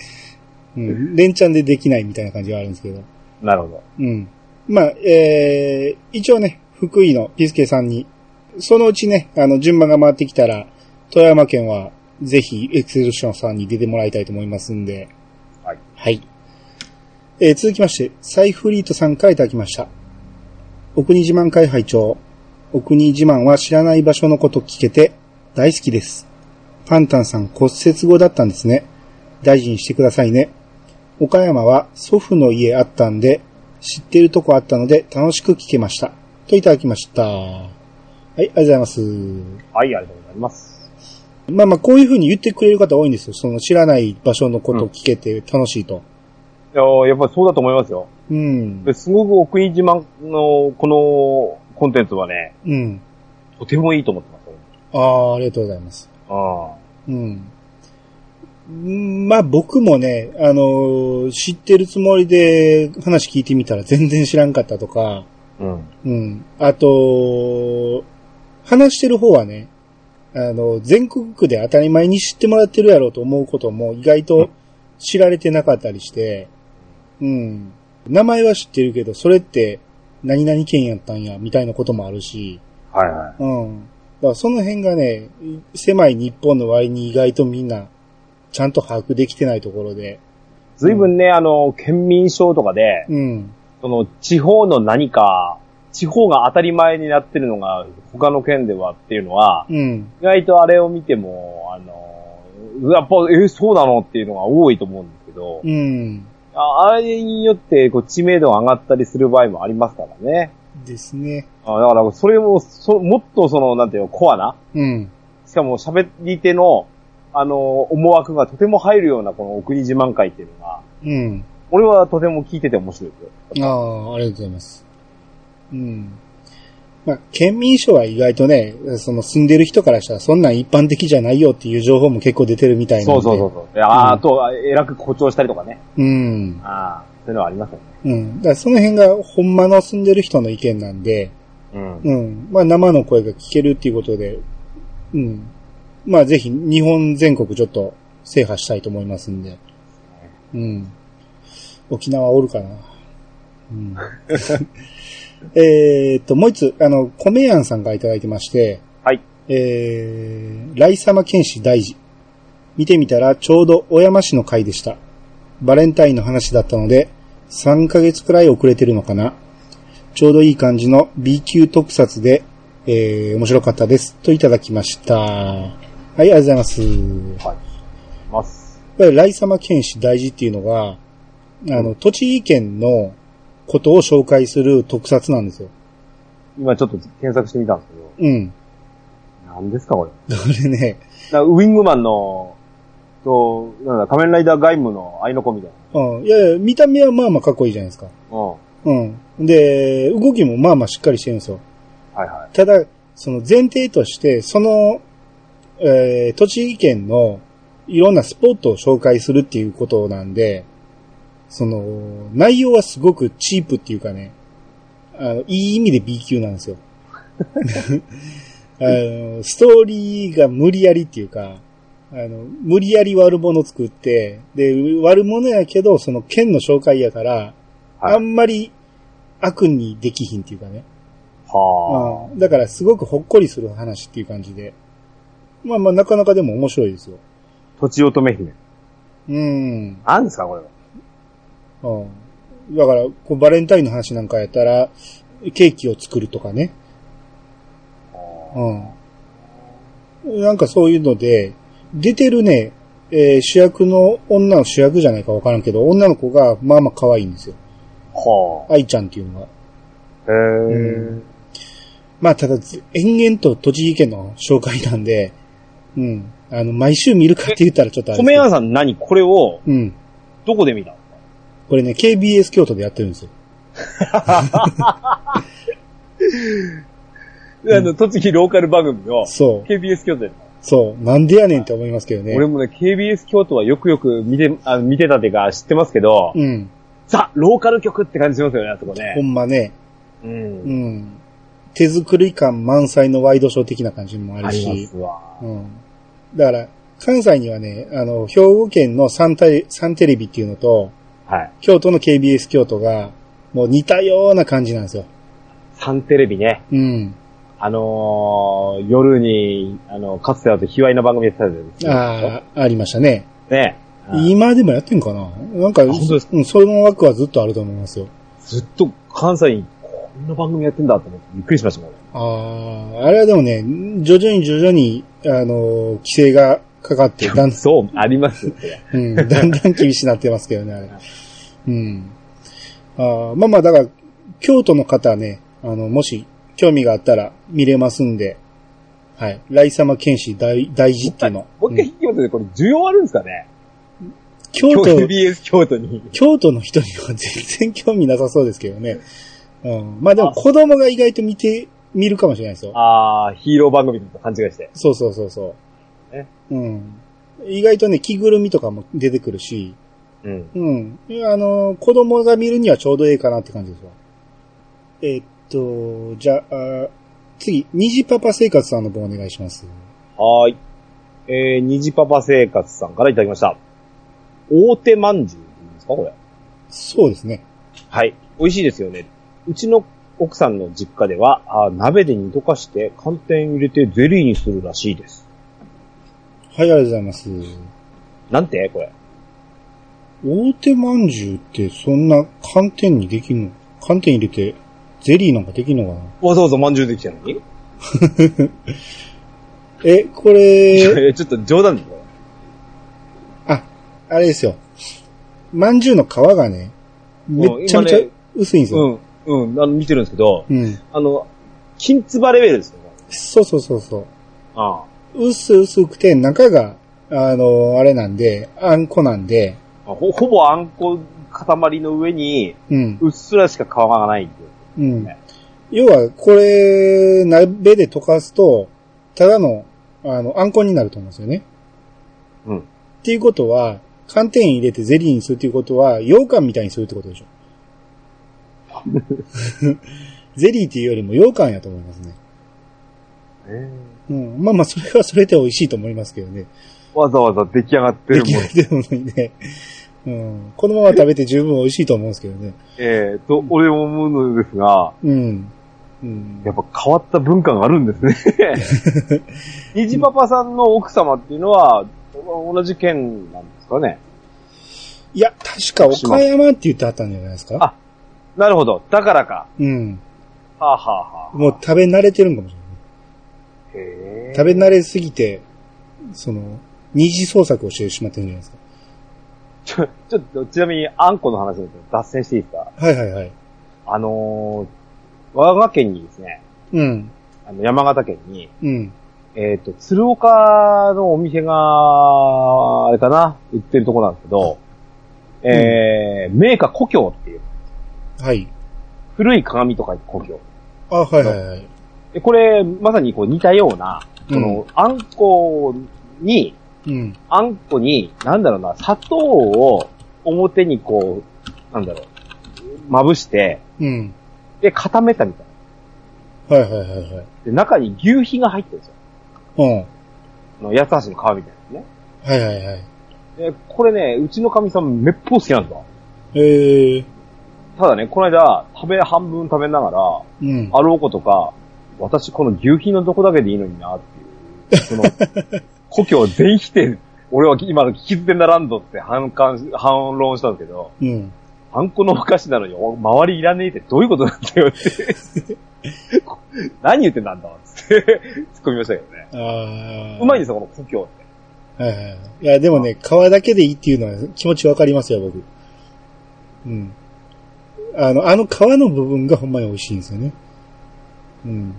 [SPEAKER 1] うん。連チャンでできないみたいな感じがあるんですけど。
[SPEAKER 2] なるほ
[SPEAKER 1] うん。まあ、えー、一応ね、福井のピスケさんに、そのうちね、あの、順番が回ってきたら、富山県は、ぜひ、エクセルションさんに出てもらいたいと思いますんで。
[SPEAKER 2] はい。
[SPEAKER 1] はい。えー続きまして、サイフリートさんからいただきました。お国自慢会拝長。お国自慢は知らない場所のこと聞けて大好きです。パンタンさん骨折後だったんですね。大事にしてくださいね。岡山は祖父の家あったんで、知ってるとこあったので楽しく聞けました。といただきました。はい、ありがとうございます。
[SPEAKER 2] はい、ありがとうございます。
[SPEAKER 1] まあまあ、こういう風に言ってくれる方多いんですよ。その知らない場所のことを聞けて楽しいと。
[SPEAKER 2] いやーやっぱりそうだと思いますよ。
[SPEAKER 1] うん。
[SPEAKER 2] ですごく奥井島のこのコンテンツはね、
[SPEAKER 1] うん。
[SPEAKER 2] とてもいいと思ってます。
[SPEAKER 1] ああ、ありがとうございます。
[SPEAKER 2] あ
[SPEAKER 1] うん。うんまあ僕もね、あのー知ってるつもりで話聞いてみたら全然知らんかったとか、
[SPEAKER 2] あ。うん。
[SPEAKER 1] うん。あと、話してる方はね、あの、全国区で当たり前に知ってもらってるやろうと思うことも意外と知られてなかったりして、うん。名前は知ってるけど、それって何々県やったんや、みたいなこともあるし、
[SPEAKER 2] はいは
[SPEAKER 1] うん。だからその辺がね、狭い日本の割に意外とみんな、ちゃんと把握できてないところで、
[SPEAKER 2] い。随分ね、あの、県民賞とかで、
[SPEAKER 1] うん。
[SPEAKER 2] その地方の何か、地方が当たり前になってるのが他の県ではっていうのは、
[SPEAKER 1] うん。
[SPEAKER 2] 意外とあれを見ても、あの、やっぱ、え、そうなのっていうのが多いと思うんですけど、
[SPEAKER 1] うん。
[SPEAKER 2] ああれによってこう知名度が上がったりする場合もありますからね。
[SPEAKER 1] ですね。
[SPEAKER 2] あだから、それをそ、もっとその、なんていうの、コアな、
[SPEAKER 1] うん。
[SPEAKER 2] しかも喋り手の、あの、思惑がとても入るような、このお国自慢会っていうのが、
[SPEAKER 1] うん。
[SPEAKER 2] 俺はとても聞いてて面白いですよ。
[SPEAKER 1] ああ、ありがとうございます。うん。まあ、県民賞は意外とね、その住んでる人からしたらそんなん一般的じゃないよっていう情報も結構出てるみたいなんで。
[SPEAKER 2] そうそうそうそう。であーあと、あえらく誇張したりとかね。
[SPEAKER 1] う。うん。
[SPEAKER 2] ああ、そういうのはありますよね。
[SPEAKER 1] うん。だからその辺がほんまの住んでる人の意見なんで、
[SPEAKER 2] うん。
[SPEAKER 1] うん。まあ生の声が聞けるっていうことで、うん。まあぜひ日本全国ちょっと制覇したいと思いますんで。うん。沖縄おるかな。 うん。えーっと、もう一つ、あの、米庵さんからいただいてまして、
[SPEAKER 2] はい。
[SPEAKER 1] えー、来様剣士大事。見てみたらちょうど小山市の回でした。バレンタインの話だったので、3ヶ月くらい遅れてるのかな。ちょうどいい感じの B 級特撮で、えー、面白かったです。といただきました。はい、ありがとうございます。
[SPEAKER 2] はい。ます。
[SPEAKER 1] やっぱり、来様剣士大事っていうのが、あの、栃木県のことを紹介する特撮なんですよ。
[SPEAKER 2] 今ちょっと検索してみたんですけど、
[SPEAKER 1] うん。
[SPEAKER 2] 何ですかこれ。
[SPEAKER 1] これね、
[SPEAKER 2] なんかウィングマンの、と、なんだ、仮面ライダー外務の愛の子みたい
[SPEAKER 1] うん。いやいや、見た目はまあまあかっこいいじゃないですか。
[SPEAKER 2] な。うん。は
[SPEAKER 1] うん。で、動きもまあまあしっかりしてるんですよ。
[SPEAKER 2] いは
[SPEAKER 1] ただ、その前提として、その、えー、栃木県のいろんなスポットを紹介するっていうことなんで、その、内容はすごくチープっていうかね、あの、いい意味で B 級なん ですよ。あの、ストーリーが無理やりっていうか、あの、無理やり悪者作って、で、悪者やけど、その県の紹介やから、
[SPEAKER 2] はい
[SPEAKER 1] あんまり悪にできひんっていうかね。
[SPEAKER 2] い。は
[SPEAKER 1] うんだからすごくほっこりする話っていう感じで。まあまあなかなかでも面白いですよ。
[SPEAKER 2] あ。とちおとめ姫。
[SPEAKER 1] うん。
[SPEAKER 2] 何ですかこれは。
[SPEAKER 1] うん、だから、こうバレンタインの話なんかやったら、ケーキを作るとかね。うん。なんかそういうので、出てるね、えー主役の女の主役じゃないかわからんけど、女の子がまあまあ可愛いんですよ。
[SPEAKER 2] は
[SPEAKER 1] 愛ちゃんっていうのが。
[SPEAKER 2] あ。へ
[SPEAKER 1] う
[SPEAKER 2] え。
[SPEAKER 1] まあただ、ず延々と栃木県の紹介なんで、うん。あの、毎週見るかって言ったらちょっとあれです
[SPEAKER 2] 米
[SPEAKER 1] けど
[SPEAKER 2] 屋さん何これを、
[SPEAKER 1] うん。
[SPEAKER 2] どこで見たの
[SPEAKER 1] これね、KBS 京都でやってるんですよ。
[SPEAKER 2] あの、栃木ローカル番組を、
[SPEAKER 1] そう。
[SPEAKER 2] KBS 京都で。
[SPEAKER 1] そう。なんでやねんって思いますけどね。
[SPEAKER 2] 俺もね、KBS 京都はよくよく見て、あの見てたっていうか知ってますけど、
[SPEAKER 1] うん。
[SPEAKER 2] ザ・ローカル局って感じしますよね、あそこ
[SPEAKER 1] ほ
[SPEAKER 2] ね。
[SPEAKER 1] んまね。
[SPEAKER 2] う。
[SPEAKER 1] うんん。手作り感満載のワイドショー的な感じもあ
[SPEAKER 2] あ
[SPEAKER 1] る
[SPEAKER 2] りま
[SPEAKER 1] し。
[SPEAKER 2] すわ。
[SPEAKER 1] うん。だから、関西にはね、あの、兵庫県のサンタレサンテレビっていうのと、
[SPEAKER 2] はい。
[SPEAKER 1] 京都の KBS 京都が、もう似たような感じなんですよ。
[SPEAKER 2] サンテレビね。
[SPEAKER 1] うん。
[SPEAKER 2] あのー、夜に、あの、かつてだと卑猥な番組やってたじゃないですか。
[SPEAKER 1] ああ、ありましたね。
[SPEAKER 2] ね。あ
[SPEAKER 1] 今でもやってんかななんか、
[SPEAKER 2] 本当です
[SPEAKER 1] うん、その枠はずっとあると思いますよ。
[SPEAKER 2] ずっと関西にこんんな番組やってんだと思ってびっくりしましたもん。
[SPEAKER 1] ああ、あれはでもね、徐々に徐々に、あの、規制がかか って、だん、
[SPEAKER 2] そう、ありますよ。これ
[SPEAKER 1] うん、だんだん厳しくなってますけどね、あれ。うん。あーまあまあ、だから、京都の方ね、あの、もし、興味があったら見れますんで、はい。来様剣士大、大事っていうの。
[SPEAKER 2] もう一
[SPEAKER 1] うん
[SPEAKER 2] 回引き戻って、これ需要あるんですかね
[SPEAKER 1] 京
[SPEAKER 2] 今日
[SPEAKER 1] 都、
[SPEAKER 2] TBS 京都に。
[SPEAKER 1] 京都の人には全然興味なさそうですけどね。うん。まあでも、子供が意外と見て、見るかもしれないですよ。
[SPEAKER 2] ああ、ヒーロー番組だと勘違いして。
[SPEAKER 1] そうそうそうそう。
[SPEAKER 2] ね
[SPEAKER 1] うん。意外とね、着ぐるみとかも出てくるし、
[SPEAKER 2] うん。
[SPEAKER 1] うん。あの、子供が見るにはちょうどええかなって感じですわ。えーっと、じゃあ、あ次、虹パパ生活さんの分お願いします。
[SPEAKER 2] はーい。えー、虹パパ生活さんからいただきました。大手まんじゅうって言うんですかこれ。
[SPEAKER 1] そうですね。
[SPEAKER 2] はい。美味しいですよね。うちの奥さんの実家では、あー鍋で煮溶かして寒天入れてゼリーにするらしいです。
[SPEAKER 1] はい、ありがとうございます。
[SPEAKER 2] なんてこれ。
[SPEAKER 1] 大手まんじゅうってそんな寒天にできんの寒天入れてゼリーなんかできんのかな
[SPEAKER 2] わざわざまんじゅうできたのに、
[SPEAKER 1] え、これ、
[SPEAKER 2] ちょっと冗談ですよ。
[SPEAKER 1] あ、あれですよ。まんじゅうの皮がね、めっちゃめちゃ
[SPEAKER 2] もう今ね
[SPEAKER 1] 薄いんですよ。
[SPEAKER 2] うん。うん。あの、見てるんですけど、
[SPEAKER 1] うん。
[SPEAKER 2] あの、金つばレベルですよね。
[SPEAKER 1] そうそうそうそう。
[SPEAKER 2] あ
[SPEAKER 1] 薄薄くて、中が、あの、あれなんで、あんこなんで、
[SPEAKER 2] あ。ほほぼあんこ塊の上に、
[SPEAKER 1] うん、
[SPEAKER 2] うっすらしか皮がないんで。
[SPEAKER 1] うん
[SPEAKER 2] ね。
[SPEAKER 1] 要は、これ、鍋で溶かすと、ただの、あの、あんこになると思うんですよね。
[SPEAKER 2] うん
[SPEAKER 1] っていうことは、寒天入れてゼリーにするっていうことは、羊羹みたいにするってこと でしょ。 ゼリーっていうよりも羊羹やと思いますね。うん。まあまあ、それはそれで美味しいと思いますけどね。
[SPEAKER 2] わざわざ出来上がって
[SPEAKER 1] 出
[SPEAKER 2] る
[SPEAKER 1] 来
[SPEAKER 2] も
[SPEAKER 1] 上
[SPEAKER 2] ん
[SPEAKER 1] が。ってるものにね。うん。このまま食べて十分美味しいと思うんですけどね。
[SPEAKER 2] ええと、俺も思うのですが、
[SPEAKER 1] うん。うん。
[SPEAKER 2] やっぱ変わった文化があるんですね。 虹パパさんの奥様っていうのは、同じ県なんですかね。
[SPEAKER 1] いや、確か岡山って言ってあったんじゃないですか。
[SPEAKER 2] あなるほど。だからか。
[SPEAKER 1] うん。
[SPEAKER 2] はあ、はあはあ、
[SPEAKER 1] もう食べ慣れてるんかもしれ
[SPEAKER 2] へ
[SPEAKER 1] な
[SPEAKER 2] え
[SPEAKER 1] い。食べ慣れすぎて、その、二次創作をしてしまってるんじゃないです
[SPEAKER 2] ちょ、ちょっと、ちなみに、あんこの話ですけど、脱線していいですか
[SPEAKER 1] か。はいはいはい。
[SPEAKER 2] あのー、我が県にですね、
[SPEAKER 1] うん。
[SPEAKER 2] あの、山形県に、
[SPEAKER 1] うん。
[SPEAKER 2] えっ、と、鶴岡のお店が、あれかな売ってるとこなんですけど、えー、名家故郷っていう、
[SPEAKER 1] はい。
[SPEAKER 2] 古い鏡とか故郷。
[SPEAKER 1] あ、はいはいはい。
[SPEAKER 2] で、これ、まさにこう似たような、この、あんこに、
[SPEAKER 1] うん。
[SPEAKER 2] あんこに、なんだろうな、砂糖を表にこう、なんだろう、まぶして、
[SPEAKER 1] うん。
[SPEAKER 2] で、固めたみたいな。
[SPEAKER 1] はいはいはいはい。
[SPEAKER 2] で、中に牛皮が入ってるんですよ。
[SPEAKER 1] うん。は
[SPEAKER 2] あの、八つ橋の皮みたいなや
[SPEAKER 1] いはいはい。
[SPEAKER 2] つね。で、これね、うちの神さんめっぽう好きなんですよ。
[SPEAKER 1] えー。
[SPEAKER 2] ただね、この間、食べ、半分食べながら、
[SPEAKER 1] うん。
[SPEAKER 2] あろうことか、私この牛皮のどこだけでいいのになっていう、そ の、故郷全否定、俺は今の聞き捨てならんぞって反感し、反論したんですけど、
[SPEAKER 1] うん。
[SPEAKER 2] あんこのお菓子なのに、お周りいらねえってどういうことなんだよって。 何言ってんだんだつって、突っ込みましたけど
[SPEAKER 1] あ
[SPEAKER 2] ね。
[SPEAKER 1] あ。
[SPEAKER 2] うまいんですよ、この故郷って。
[SPEAKER 1] はいはいはい。いや、でもね、皮だけでいいっていうのは気持ちわかりますよ、僕。うん。あの、あの皮の部分がほんまに美味しいんですよね。うん。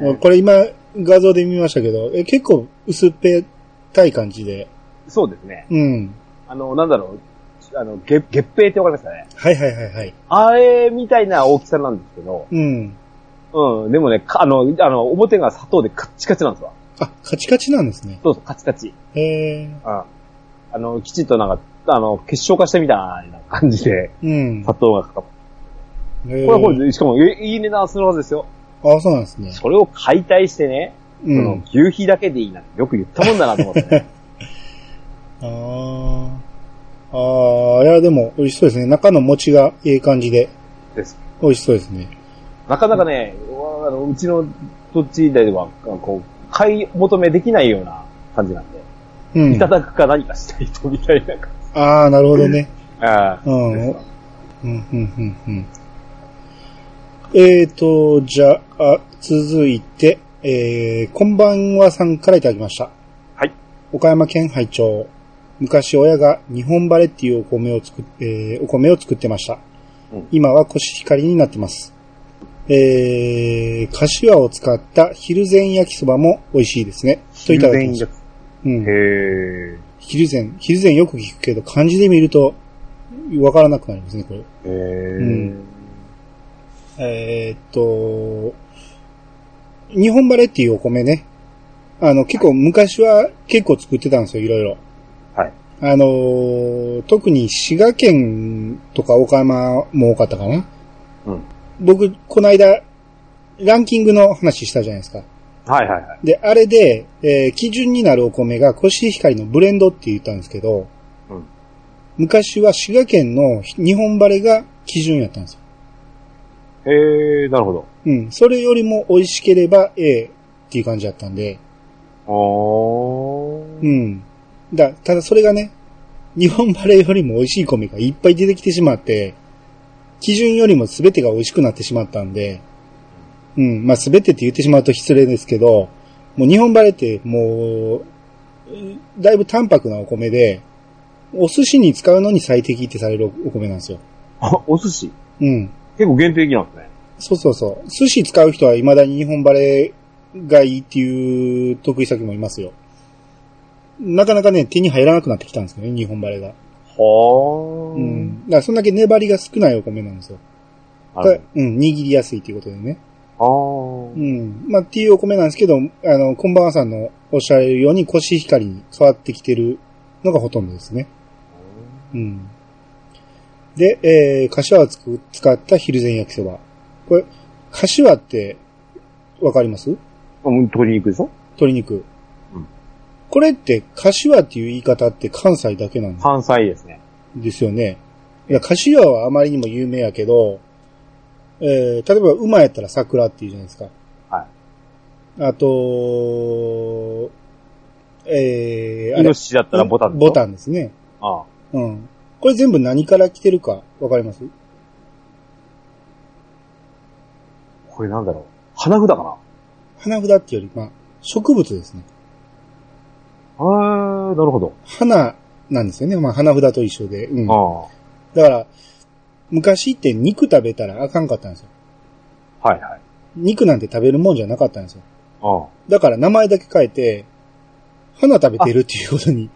[SPEAKER 2] うん
[SPEAKER 1] これ今、画像で見ましたけど、え結構薄っぺたい感じで。
[SPEAKER 2] そうですね。
[SPEAKER 1] うん。
[SPEAKER 2] あの、なんだろう、あの、月月餅ってわかりますかね。
[SPEAKER 1] はいはいはいはい。
[SPEAKER 2] あれみたいな大きさなんですけど、
[SPEAKER 1] うん。
[SPEAKER 2] うん、でもね、かあの、あの、表が砂糖でカッチカチなんですわ。
[SPEAKER 1] あ、カチカチなんですね。
[SPEAKER 2] そうそう、カチカチ。
[SPEAKER 1] へえ。
[SPEAKER 2] うん。あの、きちんとなんか、あの、結晶化してみたいな感じで、
[SPEAKER 1] うん。
[SPEAKER 2] 砂糖がかかっ
[SPEAKER 1] へー
[SPEAKER 2] た。これ、これ、しかも、えいい値段するはずですよ。
[SPEAKER 1] あ、そうなんですね。
[SPEAKER 2] それを解体してね、
[SPEAKER 1] う
[SPEAKER 2] そ
[SPEAKER 1] ん
[SPEAKER 2] の。牛皮だけでいいなってよく言ったもんだなと思って ね。
[SPEAKER 1] あーあー。いや、でも美味しそうですね。中の餅がええ感じで
[SPEAKER 2] です。
[SPEAKER 1] 美味しそうですね。
[SPEAKER 2] なかなかね、うわあのうちの土地では、あこう、買い求めできないような感じなんで、
[SPEAKER 1] うん。
[SPEAKER 2] いただくか何かしたいとみたいな感
[SPEAKER 1] ああ、なるほどね。
[SPEAKER 2] じ。ああ
[SPEAKER 1] うん。う
[SPEAKER 2] です
[SPEAKER 1] ん、うん、うん、うん。えーと、じゃあ、続いて、えー、こんばんはさんからいただきました。
[SPEAKER 2] はい。
[SPEAKER 1] 岡山県拝聴昔親が日本晴れっていうお米を作っ、えーお米をコシヒカリを作ってました。
[SPEAKER 2] うん
[SPEAKER 1] 今はコシヒカリになってます。えー、柏を使った蒜膳焼きそばも美味しいですね。といただきました。うん
[SPEAKER 2] へ。え。
[SPEAKER 1] 蒜膳、蒜膳よく聞くけど、漢字で見ると、わからなくなりますね、これ。
[SPEAKER 2] へえ。
[SPEAKER 1] んえーっと、日本晴れっていうお米ね。あの、結構昔は結構作ってたんですよ、いろいろ。
[SPEAKER 2] はい。
[SPEAKER 1] あのー特に滋賀県とか岡山も多かったかな。
[SPEAKER 2] うん。
[SPEAKER 1] 僕、この間、ランキングの話したじゃないですか。
[SPEAKER 2] はいはいはい。
[SPEAKER 1] で、あれで、えー基準になるお米がコシヒカリのブレンドって言ったんですけど、
[SPEAKER 2] うん
[SPEAKER 1] 昔は滋賀県の日本晴れが基準やったんですよ。
[SPEAKER 2] へえ、なるほど。
[SPEAKER 1] うん。それよりも美味しければ A っていう感じだったんで。
[SPEAKER 2] あー。
[SPEAKER 1] うん。だ、ただそれがね、日本バレーよりも美味しい米がいっぱい出てきてしまって、基準よりも全てが美味しくなってしまったんで、うん。まあ、全てって言ってしまうと失礼ですけど、もう日本バレーってもううん、だいぶ淡白なお米で、お寿司に使うのに最適ってされるお米なんですよ。
[SPEAKER 2] あ、 お寿司
[SPEAKER 1] うん。
[SPEAKER 2] 結構限定的なんですね。
[SPEAKER 1] そうそうそう。寿司使う人は未だに日本バレーがいいっていう得意先もいますよ。なかなかね、手に入らなくなってきたんですよね、日本バレーが。
[SPEAKER 2] はー。
[SPEAKER 1] うん。だからそんだけ粘りが少ないお米なんですよ。
[SPEAKER 2] ある
[SPEAKER 1] だうん、握りやすいっていうことでね。
[SPEAKER 2] あー
[SPEAKER 1] う。ん。まあ、っていうお米なんですけど、あの、こんばんはさんのおっしゃるようにコシヒカリに変わってきてるのがほとんどですね。うん。で、えー、柏をつく使った蒜膳焼きそば。これ、柏って、わかります
[SPEAKER 2] うん鶏肉でしょ
[SPEAKER 1] 鶏肉。
[SPEAKER 2] うん
[SPEAKER 1] これって、柏っていう言い方って関西だけなん
[SPEAKER 2] 関西ですね。
[SPEAKER 1] ですよね。いや、柏はあまりにも有名やけど、えー、例えば馬やったら桜っていうじゃないですか。。
[SPEAKER 2] はい
[SPEAKER 1] あと、えー、
[SPEAKER 2] イノシシだったらボタンでしょ
[SPEAKER 1] ボタンですね。
[SPEAKER 2] ああ。
[SPEAKER 1] うん。これ全部何から来てるかわかります
[SPEAKER 2] これなんだろう。花札か
[SPEAKER 1] 花札っていうより、まあ、植物ですね。
[SPEAKER 2] なあー、なるほど。
[SPEAKER 1] 花なんですよね。まあ、花札と一緒で。うん。
[SPEAKER 2] あ
[SPEAKER 1] だから、昔って肉食べたらあかんかったんですよ。
[SPEAKER 2] あ。はいはい。
[SPEAKER 1] 肉なんて食べるもんじゃなかったんですよ。
[SPEAKER 2] ああ。
[SPEAKER 1] だから名前だけ変えて、花食べてるっていうことに。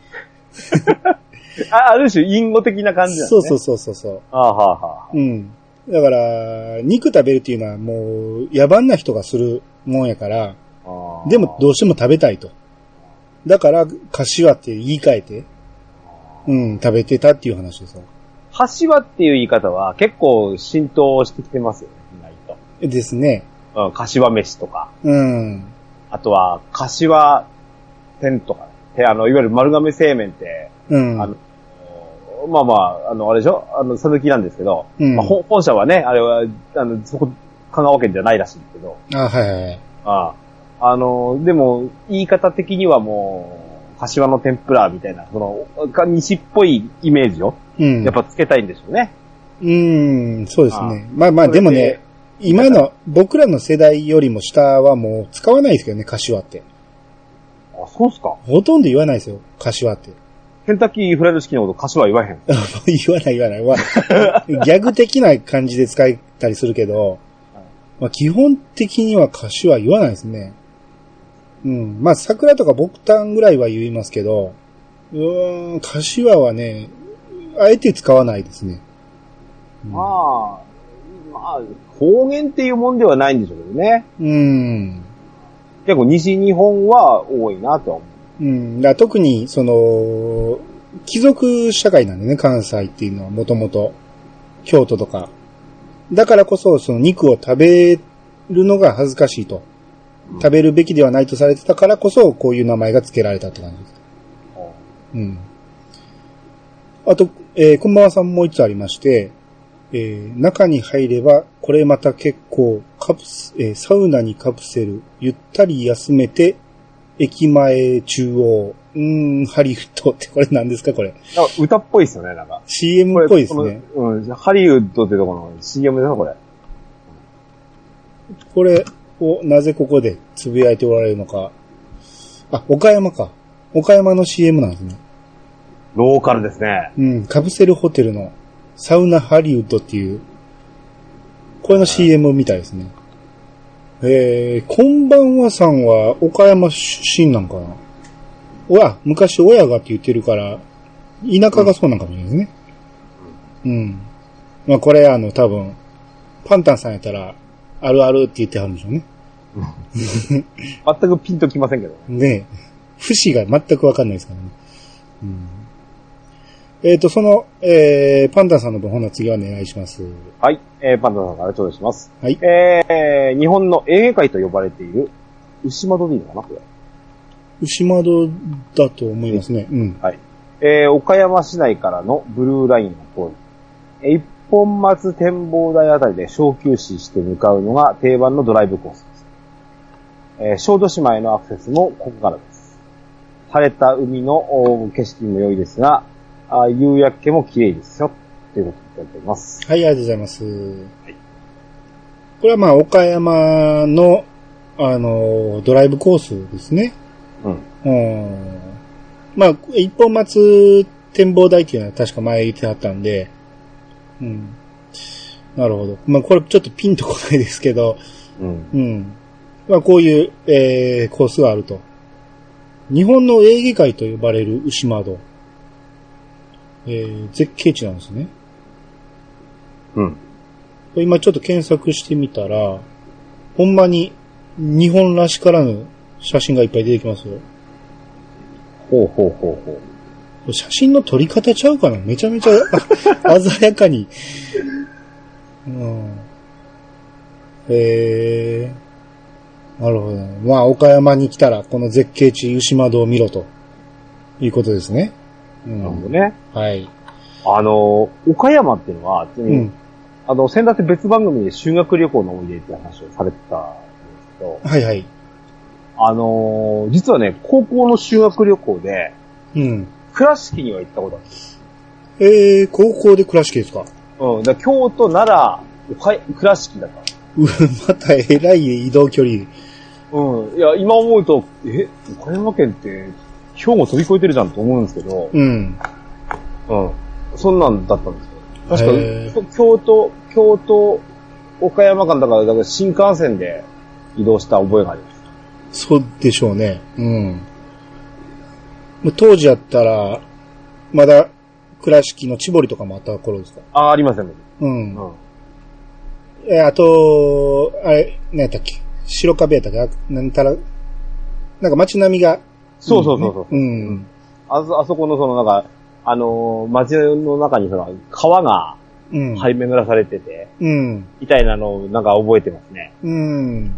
[SPEAKER 2] あ、ある種、隠語的な感じなんです
[SPEAKER 1] そう
[SPEAKER 2] ね。。
[SPEAKER 1] そううそうそうそう。
[SPEAKER 2] あーはーは
[SPEAKER 1] うん。だから、肉食べるっていうのはもう野蛮な人がするもんやから、
[SPEAKER 2] ーはー。
[SPEAKER 1] でもどうしても食べたいと。だから、柏って言い換えて、うん、食べてたっていう話ですよ。
[SPEAKER 2] 柏っていう言い方は結構浸透してきてますよね、意外
[SPEAKER 1] ですね。
[SPEAKER 2] と。うん、柏飯とか、
[SPEAKER 1] うん。
[SPEAKER 2] あとは柏天とか、ね、あの、いわゆる丸亀製麺って、
[SPEAKER 1] うん。
[SPEAKER 2] あのまあまあ、あの、あれでしょあの、讃岐なんですけど、
[SPEAKER 1] うん
[SPEAKER 2] まあ、本本社はね、あれは、あの、そこ、香川県じゃないらしいんですけど、
[SPEAKER 1] あ、はいはいはい。
[SPEAKER 2] あああの、でも、言い方的にはもう、柏の天ぷらみたいな、その、か西っぽいイメージを、
[SPEAKER 1] うん。
[SPEAKER 2] やっぱつけたいんでしょうね。
[SPEAKER 1] うん、そうですね。まあまあ、
[SPEAKER 2] そ
[SPEAKER 1] で
[SPEAKER 2] れ
[SPEAKER 1] もね、、今の、僕らの世代よりも下はもう使わないですけどね、柏って。
[SPEAKER 2] あ、そうっすか。
[SPEAKER 1] ほとんど言わないですよ、柏って。
[SPEAKER 2] ケンタッキーフライド式のこと、柏は言わへん。
[SPEAKER 1] 言わない言わない。ま あギャグ的な感じで使ったりするけど
[SPEAKER 2] はい、
[SPEAKER 1] まあ、基本的には柏は言わないですね。うん。まあ、桜とか木炭ぐらいは言いますけど、うーん、柏はね、あえて使わないですね。うん
[SPEAKER 2] まあ、まあ、方言っていうもんではないんでしょうけどね。
[SPEAKER 1] うん。
[SPEAKER 2] 結構西日本は多いなとは思
[SPEAKER 1] うん。だから特に、その、貴族社会なんでね、関西っていうのはもともと、京都とか。だからこそ、その肉を食べるのが恥ずかしいと。
[SPEAKER 2] うん
[SPEAKER 1] 食べるべきではないとされてたからこそ、こういう名前が付けられたって感じです。
[SPEAKER 2] う。
[SPEAKER 1] うん。あと、えー、こんばんはさんもう一つありまして、えー、中に入れば、これまた結構、カプス、えー、サウナにカプセル、ゆったり休めて、駅前中央、うーん、ハリウッドってこれ何ですかこれ。
[SPEAKER 2] なんか歌っぽいっすよね、なんか。
[SPEAKER 1] CM っぽいです
[SPEAKER 2] これ
[SPEAKER 1] ね。
[SPEAKER 2] このうん、ハリウッドってとこの CM だな、これ。
[SPEAKER 1] これをなぜここで呟いておられるのか。あ、岡山か。岡山の CM なんですね。
[SPEAKER 2] ローカルですね。
[SPEAKER 1] うん、カプセルホテルのサウナハリウッドっていう、これの CM みたいですね。えー、こんばんはさんは岡山出身なんかな親、昔親がって言ってるから、田舎がそうなんかもしれないですね。うん。まあこれあの多分、パンタンさんやったら、あるあるって言ってはるんでしょうね。
[SPEAKER 2] 全くピンときませんけど。
[SPEAKER 1] ねえ、節が全くわかんないですからね。うん、えっ、と、その、えー、パンダさんの分、ほな次はお願いします。
[SPEAKER 2] はい。えー、パンダさんから頂戴します。
[SPEAKER 1] はい
[SPEAKER 2] えー、日本の映画界と呼ばれている、牛窓でいいのかなこれ。
[SPEAKER 1] 牛窓だと思いますね。うん。
[SPEAKER 2] えー、岡山市内からのブルーラインを通り、えー一本松展望台あたりで小休止して向かうのが定番のドライブコースです。えー、小豆島へのアクセスもここからです。晴れた海のお景色も良いですが、あー夕焼けも綺麗ですよ、ということになっております。
[SPEAKER 1] はい、ありがとうございます。これはまあ、岡山の、あの、ドライブコースですね。
[SPEAKER 2] うん。
[SPEAKER 1] うん。まあ、一本松展望台っていうのは確か前言ってあったんで、うん。なるほど。まあ、これちょっとピンとこないですけど、
[SPEAKER 2] うん。
[SPEAKER 1] うん。まあ、こういう、えー、コースがあると。日本のエーゲ海と呼ばれる牛窓。えー、絶景地なんですね。
[SPEAKER 2] うん。
[SPEAKER 1] これ今ちょっと検索してみたら、ほんまに日本らしからぬ写真がいっぱい出てきますよ。
[SPEAKER 2] ほうほうほうほう。
[SPEAKER 1] 写真の撮り方ちゃうかなめちゃめちゃ 鮮やかに。うん。へえ。なるほど、ね。まあ、岡山に来たら、この絶景地、牛窓を見ろと、いうことですね。う
[SPEAKER 2] なるほど
[SPEAKER 1] ん。
[SPEAKER 2] ね。
[SPEAKER 1] はい。
[SPEAKER 2] あのー、岡山っていうのは、
[SPEAKER 1] うん。
[SPEAKER 2] あの、先だって別番組で修学旅行の思い出って話をされてたんですけど、
[SPEAKER 1] はいはい。
[SPEAKER 2] あのー実はね、高校の修学旅行で、
[SPEAKER 1] うん。
[SPEAKER 2] 倉敷には行ったことあるんです
[SPEAKER 1] えー、高校で倉敷ですか
[SPEAKER 2] うん、だから京都、奈良、岡山倉敷だったんです
[SPEAKER 1] うわ、またえらい移動距離。
[SPEAKER 2] うん、いや、今思うと、え、岡山県って、兵庫飛び越えてるじゃんと思うんですけど、
[SPEAKER 1] うん。
[SPEAKER 2] うん、そんなんだったんですよ。
[SPEAKER 1] へー
[SPEAKER 2] 確か、京都、京都、岡山間だから、だから新幹線で移動した覚えがあります。
[SPEAKER 1] そうでしょうね。うん。まあ当時やったら、まだ倉敷の千堀とかもあった頃ですか。
[SPEAKER 2] あ、ありません、
[SPEAKER 1] うん。
[SPEAKER 2] うん。
[SPEAKER 1] え、あと、あれ、何やったっけ白壁やったっけあなんたら、なんか街並みが。
[SPEAKER 2] そうそうそうそう。
[SPEAKER 1] うん。うん。
[SPEAKER 2] あそ、あそこのそのなんか、あのー街の中にその川が
[SPEAKER 1] うん。
[SPEAKER 2] 張り巡らされてて、
[SPEAKER 1] うん。
[SPEAKER 2] みたいなのをなんか覚えてますね。
[SPEAKER 1] うん。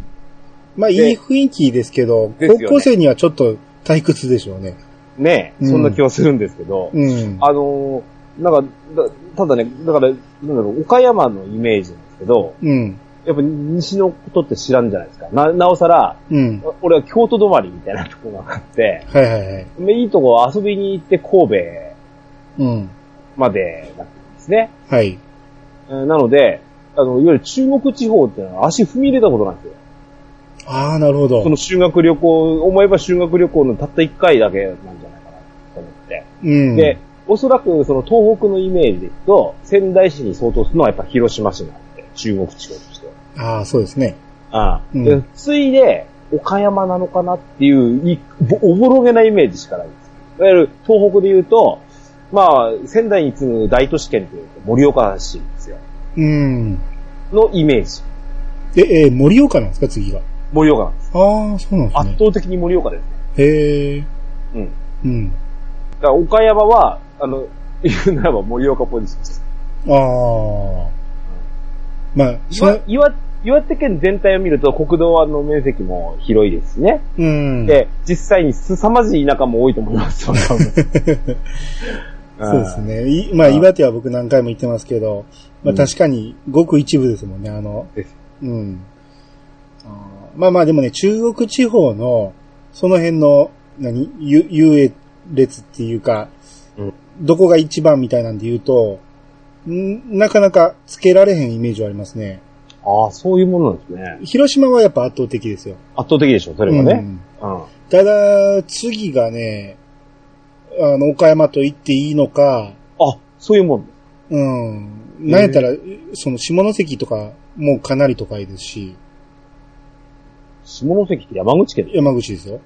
[SPEAKER 1] まあ、い
[SPEAKER 2] で
[SPEAKER 1] い雰囲気ですけど、
[SPEAKER 2] ですよ
[SPEAKER 1] 高
[SPEAKER 2] ね
[SPEAKER 1] 校生にはちょっと退屈でしょうね。
[SPEAKER 2] ね
[SPEAKER 1] う
[SPEAKER 2] え、
[SPEAKER 1] ん
[SPEAKER 2] そんな気はするんですけど、
[SPEAKER 1] うん。
[SPEAKER 2] あのーなんか、だただね、だから、なんだろう、岡山のイメージなんですけど、
[SPEAKER 1] うん。
[SPEAKER 2] やっぱ西のことって知らんじゃないですか。な、なおさら、
[SPEAKER 1] うん。
[SPEAKER 2] お俺は京都止まりみたいなとこがあって、
[SPEAKER 1] はいはいはい。
[SPEAKER 2] でいいとこ遊びに行って神戸
[SPEAKER 1] うん。
[SPEAKER 2] までなんですね。
[SPEAKER 1] はい。
[SPEAKER 2] えーなので、あの、いわゆる中国地方っていうのは足踏み入れたことなんですよ。
[SPEAKER 1] ああ、なるほど
[SPEAKER 2] そ。の修学旅行、思えば修学旅行のたった一回だけなんじゃないかなと思って。
[SPEAKER 1] うん。
[SPEAKER 2] で、おそらくその東北のイメージでいくと、仙台市に相当するのはやっぱ広島市なんで、中国地方としては。
[SPEAKER 1] ああ、そうですね。
[SPEAKER 2] ああ
[SPEAKER 1] うん
[SPEAKER 2] でついで、岡山なのかなっていういぼおぼろげなイメージしかないです。いわゆる東北で言うと、まあ、仙台に次ぐ大都市圏というと盛岡市ですよ。
[SPEAKER 1] うん。
[SPEAKER 2] のイメージ。
[SPEAKER 1] え、えー、盛岡なんですか、次が。
[SPEAKER 2] 盛岡なんです。
[SPEAKER 1] ああ、そうなんです
[SPEAKER 2] 圧
[SPEAKER 1] ね。
[SPEAKER 2] 倒的に盛岡ですね。
[SPEAKER 1] へえ。
[SPEAKER 2] うん。
[SPEAKER 1] うん。
[SPEAKER 2] だから岡山は、あの、言うならば盛岡ポジションです。
[SPEAKER 1] ああ。まあ、そ
[SPEAKER 2] 岩
[SPEAKER 1] れ、
[SPEAKER 2] 岩岩手県全体を見ると国道の面積も広いですしね。
[SPEAKER 1] うん。
[SPEAKER 2] で、実際に凄まじい田舎も多いと思 います。そう
[SPEAKER 1] そうです。ね。いまあ、
[SPEAKER 2] うん
[SPEAKER 1] 岩手は僕何回も行ってますけど、まあ
[SPEAKER 2] うん
[SPEAKER 1] 確かに、ごく一部ですもんね、あの
[SPEAKER 2] です、
[SPEAKER 1] うん。あーまあまあでもね、中国地方の、その辺の、何、ゆ優越列っていうか、
[SPEAKER 2] うん
[SPEAKER 1] どこが一番みたいなんで言うと、んなかなかつけられへんイメージはありますね。
[SPEAKER 2] あああ、そういうものなんですね。
[SPEAKER 1] 広島はやっぱ圧倒的ですよ。
[SPEAKER 2] 圧倒的でしょ、それは
[SPEAKER 1] う
[SPEAKER 2] ね。
[SPEAKER 1] ん
[SPEAKER 2] うん。
[SPEAKER 1] ただ、次がね、あの、岡山と言っていいのか、
[SPEAKER 2] あ、そういうもん。
[SPEAKER 1] うん。なんやったら、その下関とかもかなり都会ですし、
[SPEAKER 2] 下関って山口県
[SPEAKER 1] 山口ですよ。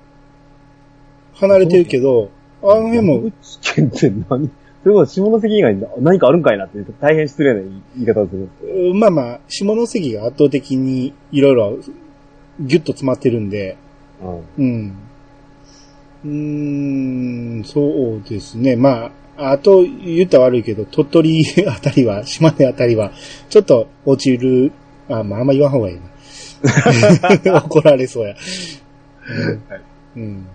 [SPEAKER 1] 離れてるけど、あの辺も
[SPEAKER 2] 山、口県って何 ということは下関以外に何かあるんかいなっていう大変失礼な言い方をする。
[SPEAKER 1] まあまあ、下関が圧倒的にいろいろギュッと詰まってるんで、
[SPEAKER 2] うん。
[SPEAKER 1] うん。うーん、そうですね。まあ、あと言ったら悪いけど、鳥取あたりは、島根あたりは、ちょっと落ちる、あ、まああんま言わん方がいいな。 怒られそうや。うん。うん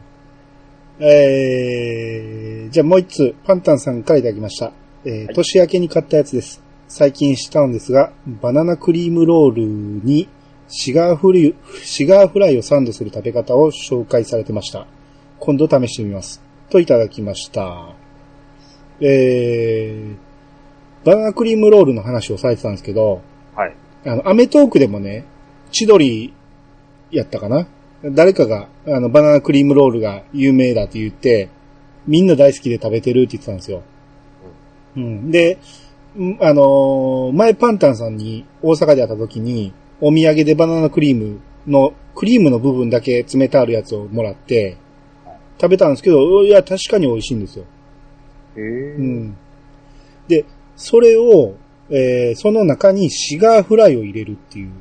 [SPEAKER 1] えー、じゃあもう一つ、パンタンさんからいただきました。えー
[SPEAKER 2] はい
[SPEAKER 1] 年明けに買ったやつです。最近したんですが、バナナクリームロールにシガーフリュシガーフライをサンドする食べ方を紹介されてました。今度試してみます。といただきました。えー、バナナクリームロールの話をされてたんですけど、
[SPEAKER 2] はい。
[SPEAKER 1] あの、アメトークでもね、千鳥やったかな誰かが、あの、バナナクリームロールが有名だって言って、みんな大好きで食べてるって言ってたんですよ。うん。で、んあのー前パンタンさんに大阪で会った時に、お土産でバナナクリームの、クリームの部分だけ詰めてあるやつをもらって、食べたんですけど、いや、確かに美味しいんですよ。
[SPEAKER 2] へえ。
[SPEAKER 1] う
[SPEAKER 2] うん。
[SPEAKER 1] ん。で、それを、えーその中にシガーフライを入れるっていう、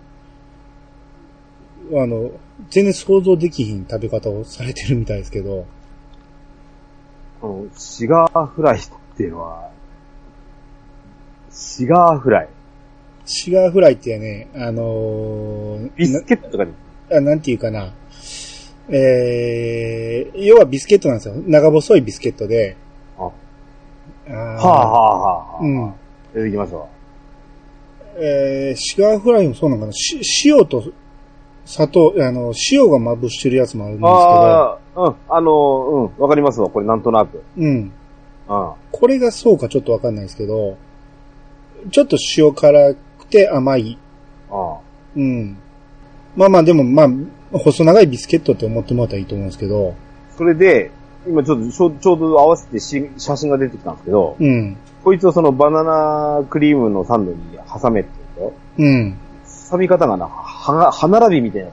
[SPEAKER 1] あの、全然想像できひん食べ方をされてるみたいですけど、
[SPEAKER 2] この、シガーフライっていうのは、シガーフライ。
[SPEAKER 1] シガーフライってね、あのー
[SPEAKER 2] ビスケットとかに。
[SPEAKER 1] なあなんていうかな、えー、要はビスケットなんですよ。長細いビスケットで。
[SPEAKER 2] あ
[SPEAKER 1] あー
[SPEAKER 2] はあはあはあはあ。
[SPEAKER 1] うん。
[SPEAKER 2] 出てきましたわ。
[SPEAKER 1] えーシガーフライもそうなのかなし塩と砂糖、あの、塩がまぶしてるやつもあるんですけど、
[SPEAKER 2] ああ、うん。あのー、うん。わかりますわ。これなんとなく。
[SPEAKER 1] うん。
[SPEAKER 2] うん。
[SPEAKER 1] これがそうかちょっとわかんないですけど、ちょっと塩辛くて甘い。
[SPEAKER 2] あ
[SPEAKER 1] うん。まあまあでもまあ、細長いビスケットって思ってもらったらいいと思うんですけど、
[SPEAKER 2] それで、今ちょっとちょちょうど合わせてし写真が出てきたんですけど、
[SPEAKER 1] うん。
[SPEAKER 2] こいつをそのバナナクリームのサンドに挟めって言うんですよ。
[SPEAKER 1] うん。
[SPEAKER 2] 挟み方がな、はが、歯並びみたいな。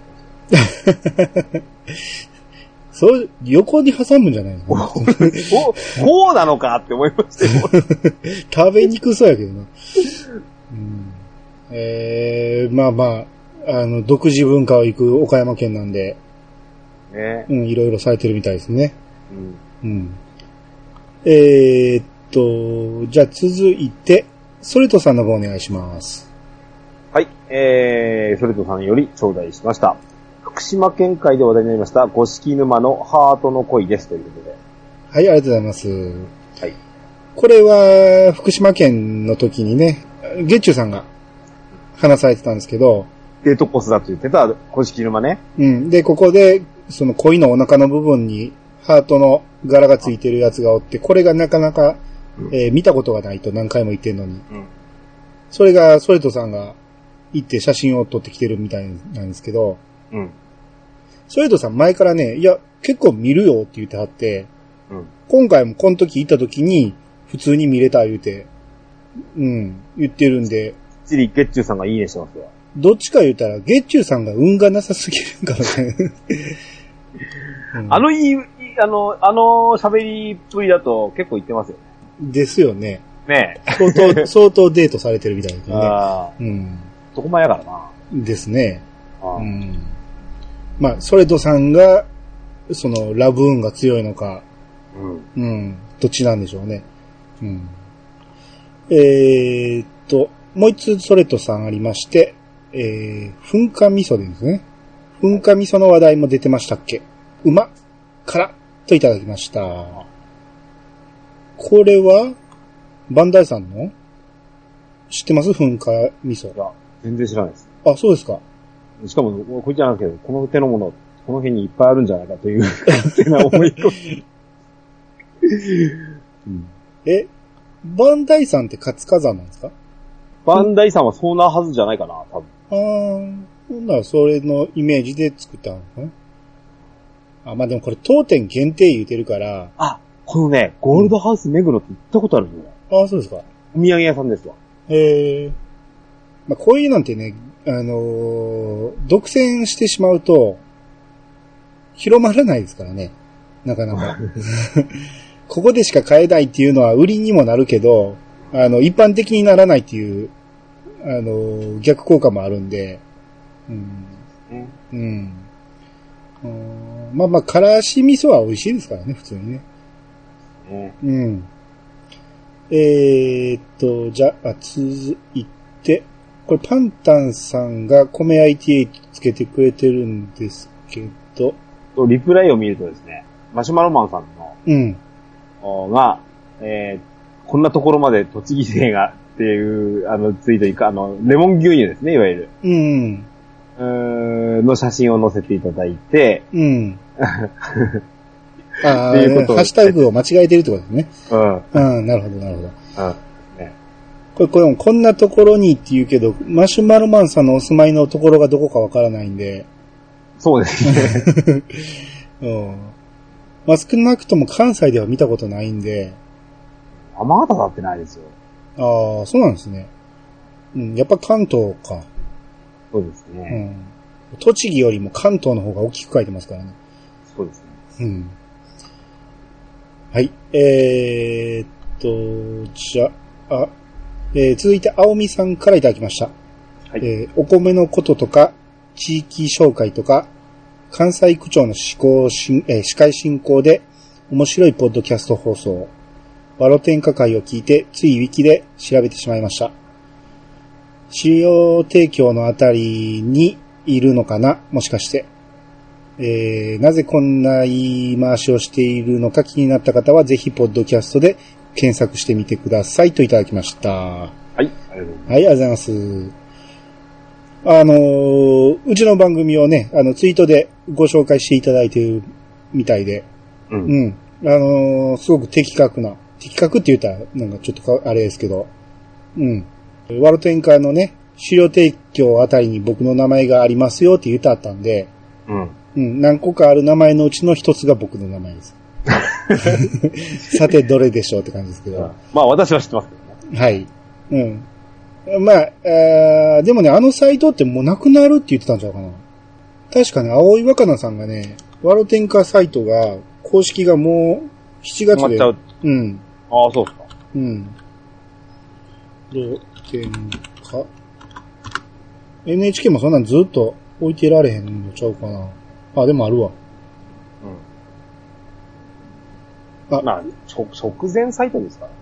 [SPEAKER 1] そう、横に挟むんじゃないのかな
[SPEAKER 2] お、こうなのかって思いましたよ。
[SPEAKER 1] 食べにくそうやけどな。うん、えー、まあまあ、あの、独自文化を行く岡山県なんで、
[SPEAKER 2] ね。
[SPEAKER 1] うん、いろいろされてるみたいですね。
[SPEAKER 2] うん。
[SPEAKER 1] うん。えーっと、じゃあ続いて、ソレトさんの方お願いします。
[SPEAKER 2] はい。えー、それとさんより頂戴しました。福島県会で話題になりました、五色沼のハートの恋です。ということで。
[SPEAKER 1] はい、ありがとうございます。
[SPEAKER 2] はい。
[SPEAKER 1] これは、福島県の時にね、月中さんが話されてたんですけど、
[SPEAKER 2] デトコスだと言ってた五色沼ね。
[SPEAKER 1] うん。で、ここで、その恋のお腹の部分に、ハートの柄がついてるやつがおって、これがなかなか、えー見たことがないと何回も言ってんのに。
[SPEAKER 2] うん
[SPEAKER 1] それが、ソレトさんが行って写真を撮ってきてるみたいなんですけど、
[SPEAKER 2] うん。
[SPEAKER 1] ソレドさん前からね、いや、結構見るよって言ってはって、
[SPEAKER 2] うん。
[SPEAKER 1] 今回もこの時行った時に、普通に見れた言うて、うん、言ってるんで、
[SPEAKER 2] チリゲッチュさんがいいねしてますわ。
[SPEAKER 1] どっちか言ったら、月中さんが運がなさすぎるからね。うん
[SPEAKER 2] あのいい、いいあの、あの喋りっぷりだと結構言ってますよね。
[SPEAKER 1] ですよね。
[SPEAKER 2] ね
[SPEAKER 1] 相 当、相当デートされてるみたいです
[SPEAKER 2] え。
[SPEAKER 1] ね。
[SPEAKER 2] ああ、
[SPEAKER 1] う
[SPEAKER 2] そこ前やからな。
[SPEAKER 1] ん。ですね。
[SPEAKER 2] あ
[SPEAKER 1] う
[SPEAKER 2] ー
[SPEAKER 1] ん。まあ、ソレドさんが、その、ラブーンが強いのか、
[SPEAKER 2] うん。
[SPEAKER 1] うん。どっちなんでしょうね。うん。えーっと、もう一つソレトさんありまして、えー、噴火味噌ですね。噴火味噌の話題も出てましたっけうまからといただきました。これは、バンダイさんの知ってます噴火味噌
[SPEAKER 2] い。や、全然知らないです。
[SPEAKER 1] あ、そうですか。
[SPEAKER 2] しかも、こいつじゃなくて、この手のもの、この辺にいっぱいあるんじゃないかという、勝手な思い 込み。うん
[SPEAKER 1] え、バンダイさんって活火山なんですか
[SPEAKER 2] バンダイさんはそうなはずじゃないかな、多分。
[SPEAKER 1] あー、ほんならそれのイメージで作ったのかな。あ、まあでもこれ当店限定言うてるから、
[SPEAKER 2] あ、このね、ゴールドハウス目黒って行ったことあるんよ。
[SPEAKER 1] ああ、そうですか。
[SPEAKER 2] お土産屋さんですわ。
[SPEAKER 1] ええまあこういうなんてね、あのー独占してしまうと、広まらないですからね。なかなか。ここでしか買えないっていうのは売りにもなるけど、あの、一般的にならないっていう、あのー逆効果もあるんで、うん。うん。うんまあまあ、からし味噌は美味しいですからね、普通にね。
[SPEAKER 2] うん
[SPEAKER 1] うん。えー、っと、じゃあ、続いて、これパンタンさんが米 ITA つけてくれてるんですけど、
[SPEAKER 2] と、リプライを見るとですね、マシュマロマンさんの、
[SPEAKER 1] うん。
[SPEAKER 2] おが、えー、こんなところまで栃木勢がっていう、あの、ツイートいか、あの、レモン牛乳ですね、いわゆる。
[SPEAKER 1] うん。
[SPEAKER 2] うーん、の写真を載せていただいて、
[SPEAKER 1] うん。ああ、ハ
[SPEAKER 2] っていうことを
[SPEAKER 1] ッシュタグを間違えてるってことですね。
[SPEAKER 2] うん、うん、
[SPEAKER 1] うん、なるほど、なるほど。
[SPEAKER 2] ね
[SPEAKER 1] これ、これ、こんなところにって言うけど、マシュマロマンさんのお住まいのところがどこかわからないんで、
[SPEAKER 2] そうですね。
[SPEAKER 1] うん。まあ、少なくとも関西では見たことないんで、
[SPEAKER 2] 山形だってないですよ。
[SPEAKER 1] ああ、そうなんですね。うん、やっぱ関東か。
[SPEAKER 2] そうです
[SPEAKER 1] う
[SPEAKER 2] ね。
[SPEAKER 1] ん。栃木よりも関東の方が大きく書いてますからね。
[SPEAKER 2] そうですね。
[SPEAKER 1] うん。はい。えー、っと、じゃあ、えー続いて青みさんからいただきました。
[SPEAKER 2] はい
[SPEAKER 1] えーお米のこととか、地域紹介とか、関西区長の施行し、えー司会進行で、面白いポッドキャスト放送、ワロ天下会を聞いて、ついウィキで調べてしまいました。資料提供のあたりにいるのかなもしかして。えーなぜこんな言い回しをしているのか気になった方は、ぜひ、ポッドキャストで検索してみてくださいといただきました。は
[SPEAKER 2] はい、ありがとうございます。
[SPEAKER 1] い、ありがとうございます。あのーうちの番組をね、あの、ツイートでご紹介していただいてるみたいで、
[SPEAKER 2] う。
[SPEAKER 1] うんん。あのーすごく的確な、的確って言ったら、なんかちょっとかあれですけど、うん。ワルテンカーのね、資料提供あたりに僕の名前がありますよって言ったあったんで、
[SPEAKER 2] うん。
[SPEAKER 1] うん、何個かある名前のうちの一つが僕の名前 です。さて、どれでしょうって感じですけ
[SPEAKER 2] う
[SPEAKER 1] ど。
[SPEAKER 2] んまあ、私は知ってますけどね。
[SPEAKER 1] はい。うん。まあ、えーでもね、あのサイトってもうなくなるって言ってたんちゃうかな。確かね、青井若菜さんがね、ワロテンカサイトが、公式がもう7
[SPEAKER 2] 止
[SPEAKER 1] 月
[SPEAKER 2] まっ
[SPEAKER 1] で
[SPEAKER 2] ちゃ。う。
[SPEAKER 1] うん。
[SPEAKER 2] ああ、そうですか。
[SPEAKER 1] うん。ロテンカ。NHK もそんなんずっと置いてられへんのちゃうかな。あ、でもあるわ。
[SPEAKER 2] うん。まあ、直直前サイトですからね。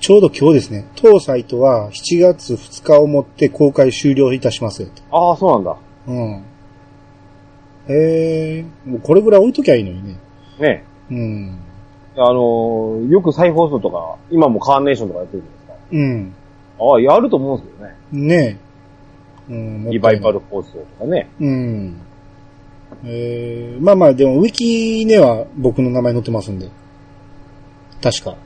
[SPEAKER 1] ちょうど今日ですね、当サイトは7月2日をもって公開終了いたしますよと。
[SPEAKER 2] ああ、そうなんだ。
[SPEAKER 1] うん。えー、もうこれぐらい置いときゃいいのにね。
[SPEAKER 2] ね
[SPEAKER 1] うん。
[SPEAKER 2] あのーよく再放送とか、今もカーネーションとかやってるじゃないです
[SPEAKER 1] うん。
[SPEAKER 2] か。ああ、やると思うんですけどね。
[SPEAKER 1] ねえ。うん、も
[SPEAKER 2] リ
[SPEAKER 1] った
[SPEAKER 2] バ
[SPEAKER 1] い
[SPEAKER 2] イ
[SPEAKER 1] な
[SPEAKER 2] バ
[SPEAKER 1] い
[SPEAKER 2] ル放送とかね。
[SPEAKER 1] うん。えー、まあまあ、でも、ウィキには僕の名前載ってますんで。確か。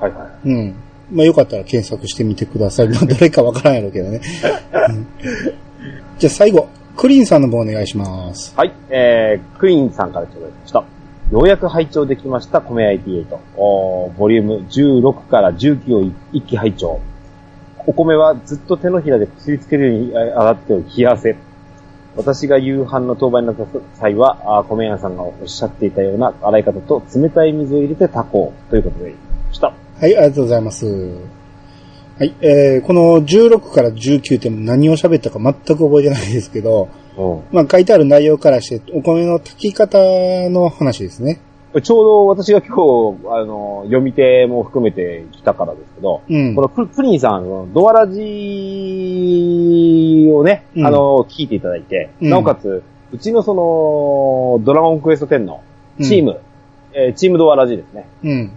[SPEAKER 2] はいはい。
[SPEAKER 1] うん。まあよかったら検索してみてください。まあどれかわからんやろうけどね。うんじゃあ最後、クリーンさんの方お願いします。
[SPEAKER 2] はい、えー、クイーンさんから頂戴しました。ようやく拝聴できました、米 IT8。おーボリューム16から19を一気拝聴。お米はずっと手のひらでこすりつけるようにあ洗っておき、冷や汗。私が夕飯の当番になった際は、あー米屋さんがおっしゃっていたような洗い方と冷たい水を入れて炊こうということでした。
[SPEAKER 1] はい、ありがとうございます。はい、えー、この16から19って何を喋ったか全く覚えてないですけど、
[SPEAKER 2] うん
[SPEAKER 1] まあ書いてある内容からして、お米の炊き方の話ですね。
[SPEAKER 2] ちょうど私が今日、あの、読み手も含めて来たからですけど、
[SPEAKER 1] うん
[SPEAKER 2] こ。のププリンさんのドアラジをね、
[SPEAKER 1] うん
[SPEAKER 2] あの、聞いていただいて、
[SPEAKER 1] うん
[SPEAKER 2] なおかつ、うちのその、ドラゴンクエスト10のチーム、えーチームドアラジですね。
[SPEAKER 1] うん。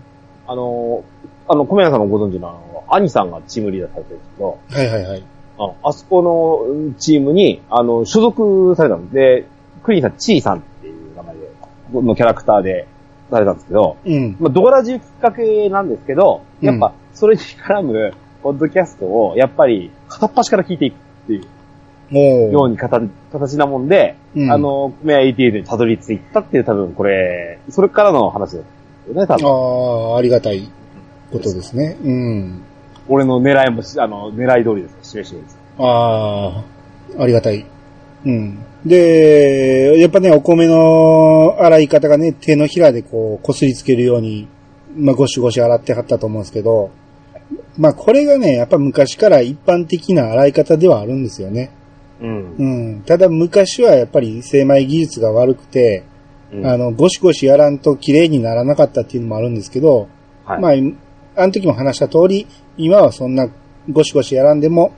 [SPEAKER 2] あの、あの、小宮さんもご存知の、あの、兄さんがチームリーダーされてるんですけど、
[SPEAKER 1] はいはいはい。
[SPEAKER 2] あのあそこのうんチームに、あの、所属されたんで、クリーンさん、チーさんっていう名前で、のキャラクターでされたんですけど、
[SPEAKER 1] うん。
[SPEAKER 2] まあ、ドアラジきっかけなんですけど、やっぱ、それに絡む、ポッドキャストを、やっぱり、片っ端から聞いていくっていう。よう
[SPEAKER 1] おー
[SPEAKER 2] に形形なもんで、
[SPEAKER 1] うん
[SPEAKER 2] あの、メア88にたどり着いたっていう多分これ、それからの話ですよね、多分。
[SPEAKER 1] ああ、ありがたいことですね。うん。
[SPEAKER 2] 俺の狙いもし、あの、狙い通りです。示してるんです。
[SPEAKER 1] ああ、ありがたい。うん。で、やっぱね、お米の洗い方がね、手のひらでこう、こすりつけるように、まあ、ゴシゴシ洗ってはったと思うんですけど、まあ、これがね、やっぱ昔から一般的な洗い方ではあるんですよね。
[SPEAKER 2] うん。
[SPEAKER 1] うん。ただ昔はやっぱり精米技術が悪くて、
[SPEAKER 2] うん
[SPEAKER 1] あの、ゴシゴシやらんと綺麗にならなかったっていうのもあるんですけど、
[SPEAKER 2] はい
[SPEAKER 1] まあ、あの時も話した通り、今はそんなゴシゴシやらんでも、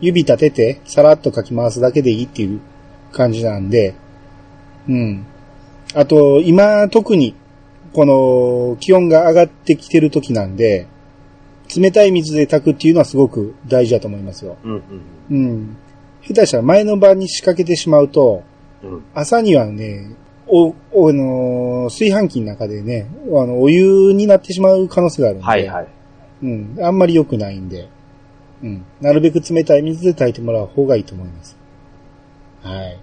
[SPEAKER 1] 指立てて、さらっとかき回すだけでいいっていう感じなんで、うん。あと、今特に、この、気温が上がってきてる時なんで、冷たい水で炊くっていうのはすごく大事だと思いますよ。
[SPEAKER 2] うん。
[SPEAKER 1] うん。下手したら前の晩に仕掛けてしまうと、
[SPEAKER 2] うん。うん。
[SPEAKER 1] 朝にはね、お、お、あのー炊飯器の中でね、あの、お湯になってしまう可能性があるんで。
[SPEAKER 2] はいはい。
[SPEAKER 1] うん。あんまり良くないんで。うん。なるべく冷たい水で炊いてもらう方がいいと思います。はい。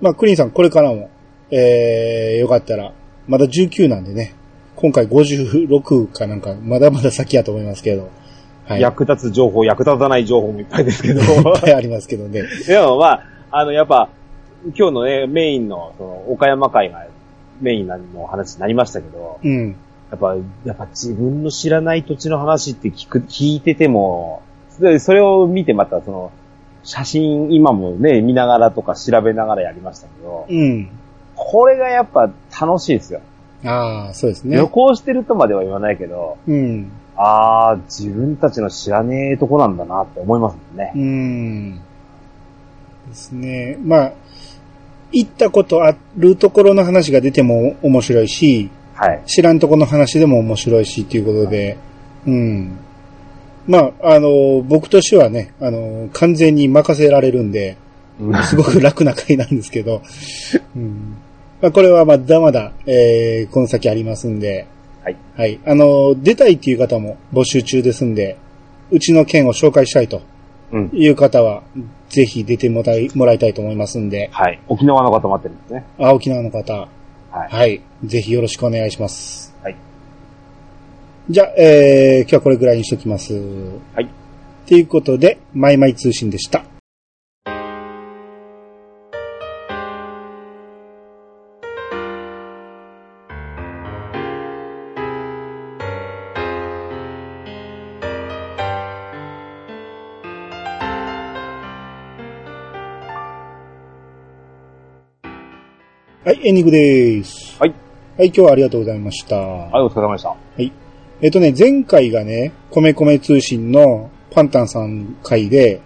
[SPEAKER 1] まあ、クリンさん、これからも、えー、よかったら、まだ19なんでね、今回56かなんか、まだまだ先やと思いますけど、はい。いっ
[SPEAKER 2] 役立つ情報、役立たない情報もいっぱいです けど。
[SPEAKER 1] ぱいありますけどね。
[SPEAKER 2] でもまあ、あの、やっぱ、今日のね、メインの、その、岡山会がメインの話になりましたけど、
[SPEAKER 1] うん。
[SPEAKER 2] やっぱ、やっぱ自分の知らない土地の話って聞く、聞いてても、でそれを見てまた、その、写真今もね、見ながらとか調べながらやりましたけど、
[SPEAKER 1] うん。
[SPEAKER 2] これがやっぱ楽しいですよ。
[SPEAKER 1] ああ、そうですね
[SPEAKER 2] 旅。行してるとまでは言わないけど、
[SPEAKER 1] うん。
[SPEAKER 2] ああ、自分たちの知らねえとこなんだなって思いますもんね
[SPEAKER 1] う。ん。ですね。まあ、行ったことあるところの話が出ても面白いし、
[SPEAKER 2] はい。
[SPEAKER 1] 知らんとこの話でも面白いしっていうことで、うん。まあ、あの、僕としてはね、あの、完全に任せられるんで、すごく楽な回なんですけど、うん。まあ、これはまだまだ、えー、この先ありますんで、
[SPEAKER 2] はい。
[SPEAKER 1] はい。あの、出たいっていう方も募集中ですんで、うちの県を紹介したいと
[SPEAKER 2] うん。
[SPEAKER 1] いう方は、ぜひ出てもらいもらいたいと思いますんで、
[SPEAKER 2] はい。沖縄の方待ってるんですね。
[SPEAKER 1] あ沖縄の方、
[SPEAKER 2] はい
[SPEAKER 1] はい。ぜひよろしくお願いします。
[SPEAKER 2] はい。
[SPEAKER 1] じゃあ、えー、今日はこれぐらいにしときます。
[SPEAKER 2] はい。
[SPEAKER 1] ということで、マイマイ通信でした。はい、エンディングです。
[SPEAKER 2] はい。
[SPEAKER 1] はい、今日はありがとうございました。
[SPEAKER 2] はい、お疲れ様でした。
[SPEAKER 1] えっとね、前回がね、米米通信のパンタンさん回で、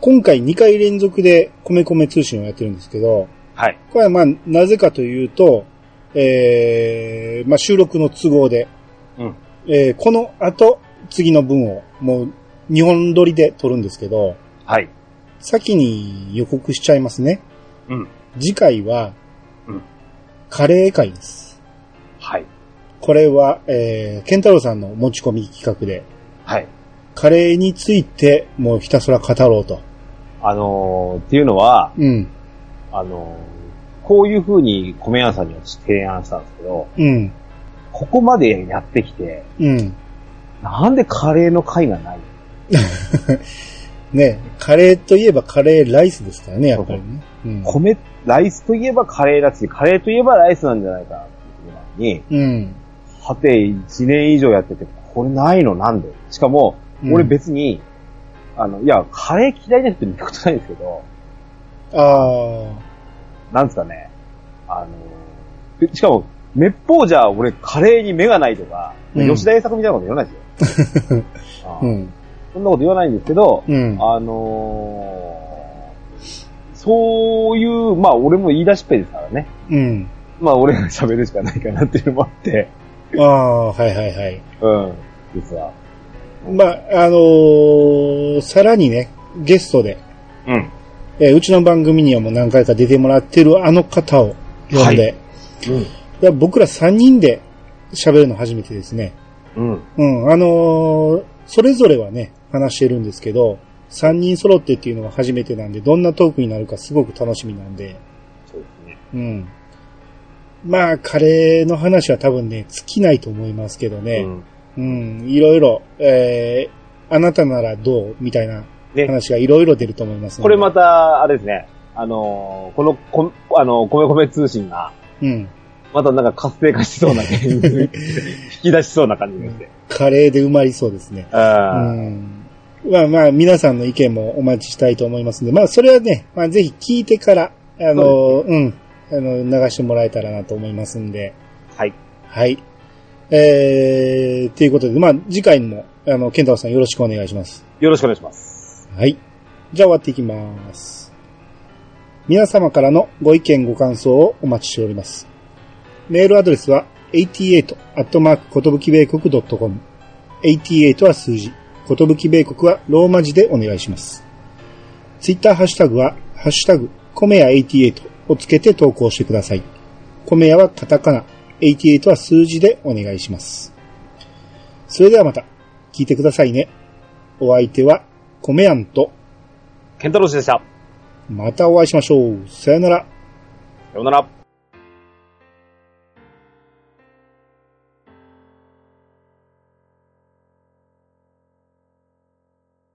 [SPEAKER 1] 今回2回連続で米米通信をやってるんですけど、
[SPEAKER 2] はい。
[SPEAKER 1] これはまあ、なぜかというと、えー、まあ収録の都合で、
[SPEAKER 2] うん
[SPEAKER 1] えーこの後、次の分を、もう、日本撮りで撮るんですけど、
[SPEAKER 2] はい。
[SPEAKER 1] 先に予告しちゃいますね。
[SPEAKER 2] うん。
[SPEAKER 1] 次回は、
[SPEAKER 2] うん
[SPEAKER 1] カレー会です。
[SPEAKER 2] はい。
[SPEAKER 1] これは、えー、ケンタロウさんの持ち込み企画で、
[SPEAKER 2] はい。
[SPEAKER 1] カレーについてもうひたすら語ろうと。
[SPEAKER 2] あのー、っていうのは、
[SPEAKER 1] うん。
[SPEAKER 2] あのー、こういう風に米屋さんに私提案したんですけど、
[SPEAKER 1] うん。
[SPEAKER 2] ここまでやってきて、
[SPEAKER 1] うん。
[SPEAKER 2] なんでカレーの会がない
[SPEAKER 1] ねカレーといえばカレーライスですからね、やっぱりね。うん。
[SPEAKER 2] 米、ライスといえばカレーだし、カレーといえばライスなんじゃないかなっていうのに、
[SPEAKER 1] うん。
[SPEAKER 2] はて、1年以上やってて、これないのなんでしかも、
[SPEAKER 1] うん
[SPEAKER 2] 俺別に、あの、いや、カレー嫌いな人見たことないんですけど、
[SPEAKER 1] あ
[SPEAKER 2] なんですかね、あの、でしかも、めっぽうじゃ俺カレーに目がないとか、
[SPEAKER 1] うん
[SPEAKER 2] 吉田栄作みたいなこと言わないで すよ。あ
[SPEAKER 1] あ。
[SPEAKER 2] ー
[SPEAKER 1] うん。
[SPEAKER 2] そんなこと言わないんですけど、
[SPEAKER 1] うん。
[SPEAKER 2] あのーそういう、まあ俺も言い出しっぺですからね。
[SPEAKER 1] うん。
[SPEAKER 2] まあ俺が喋るしかないかなっていうのもあって、
[SPEAKER 1] ああ、はいはいはい。
[SPEAKER 2] うん、実は。
[SPEAKER 1] まあ、あのーさらにね、ゲストで、
[SPEAKER 2] うん。
[SPEAKER 1] えーうちの番組にはもう何回か出てもらってるあの方を呼んで、いや僕ら3人で喋るの初めてですね。
[SPEAKER 2] うん。うん。
[SPEAKER 1] うん、あのーそれぞれはね、話してるんですけど、 3人揃ってっていうのは初めてなんで、どんなトークになるかすごく楽しみなんで、
[SPEAKER 2] そうですね。
[SPEAKER 1] うん。まあ、カレーの話は多分ね、尽きないと思いますけどね。
[SPEAKER 2] ん、
[SPEAKER 1] うん、いろいろ、えー、あなたならどうみたいな
[SPEAKER 2] ね、
[SPEAKER 1] 話がいろいろ出ると思いますので
[SPEAKER 2] これまた、あれですね、あのーこの、こあのー、米米通信が、
[SPEAKER 1] うん。
[SPEAKER 2] またなんか活性化しそうな、引き出しそうな感じがして。
[SPEAKER 1] カレーで埋まりそうですね。う
[SPEAKER 2] あー
[SPEAKER 1] ん。まあまあ、皆さんの意見もお待ちしたいと思いますので、まあそれはね、まあぜひ聞いてから、あの、うん、あの、流してもらえたらなと思いますんで、
[SPEAKER 2] はい。
[SPEAKER 1] はい。えー、ということで、まあ次回も、あの、ケンタロウさんよろしくお願いします。
[SPEAKER 2] よろしくお願いします。
[SPEAKER 1] はい。じゃあ終わっていきます。皆様からのご意見ご感想をお待ちしております。メールアドレスは 88-kotobukibaycook.com。88は数字。ことぶき米国はローマ字でお願いします。ツイッターハッシュタグは、ハッシュタグ、コメヤ88をつけて投稿してください。コメヤはカタカナ、88は数字でお願いします。それではまた、聞いてくださいね。お相手は、コメヤンと、
[SPEAKER 2] ケンタロウ氏でした。
[SPEAKER 1] またお会いしましょう。さよなら。
[SPEAKER 2] さようなら。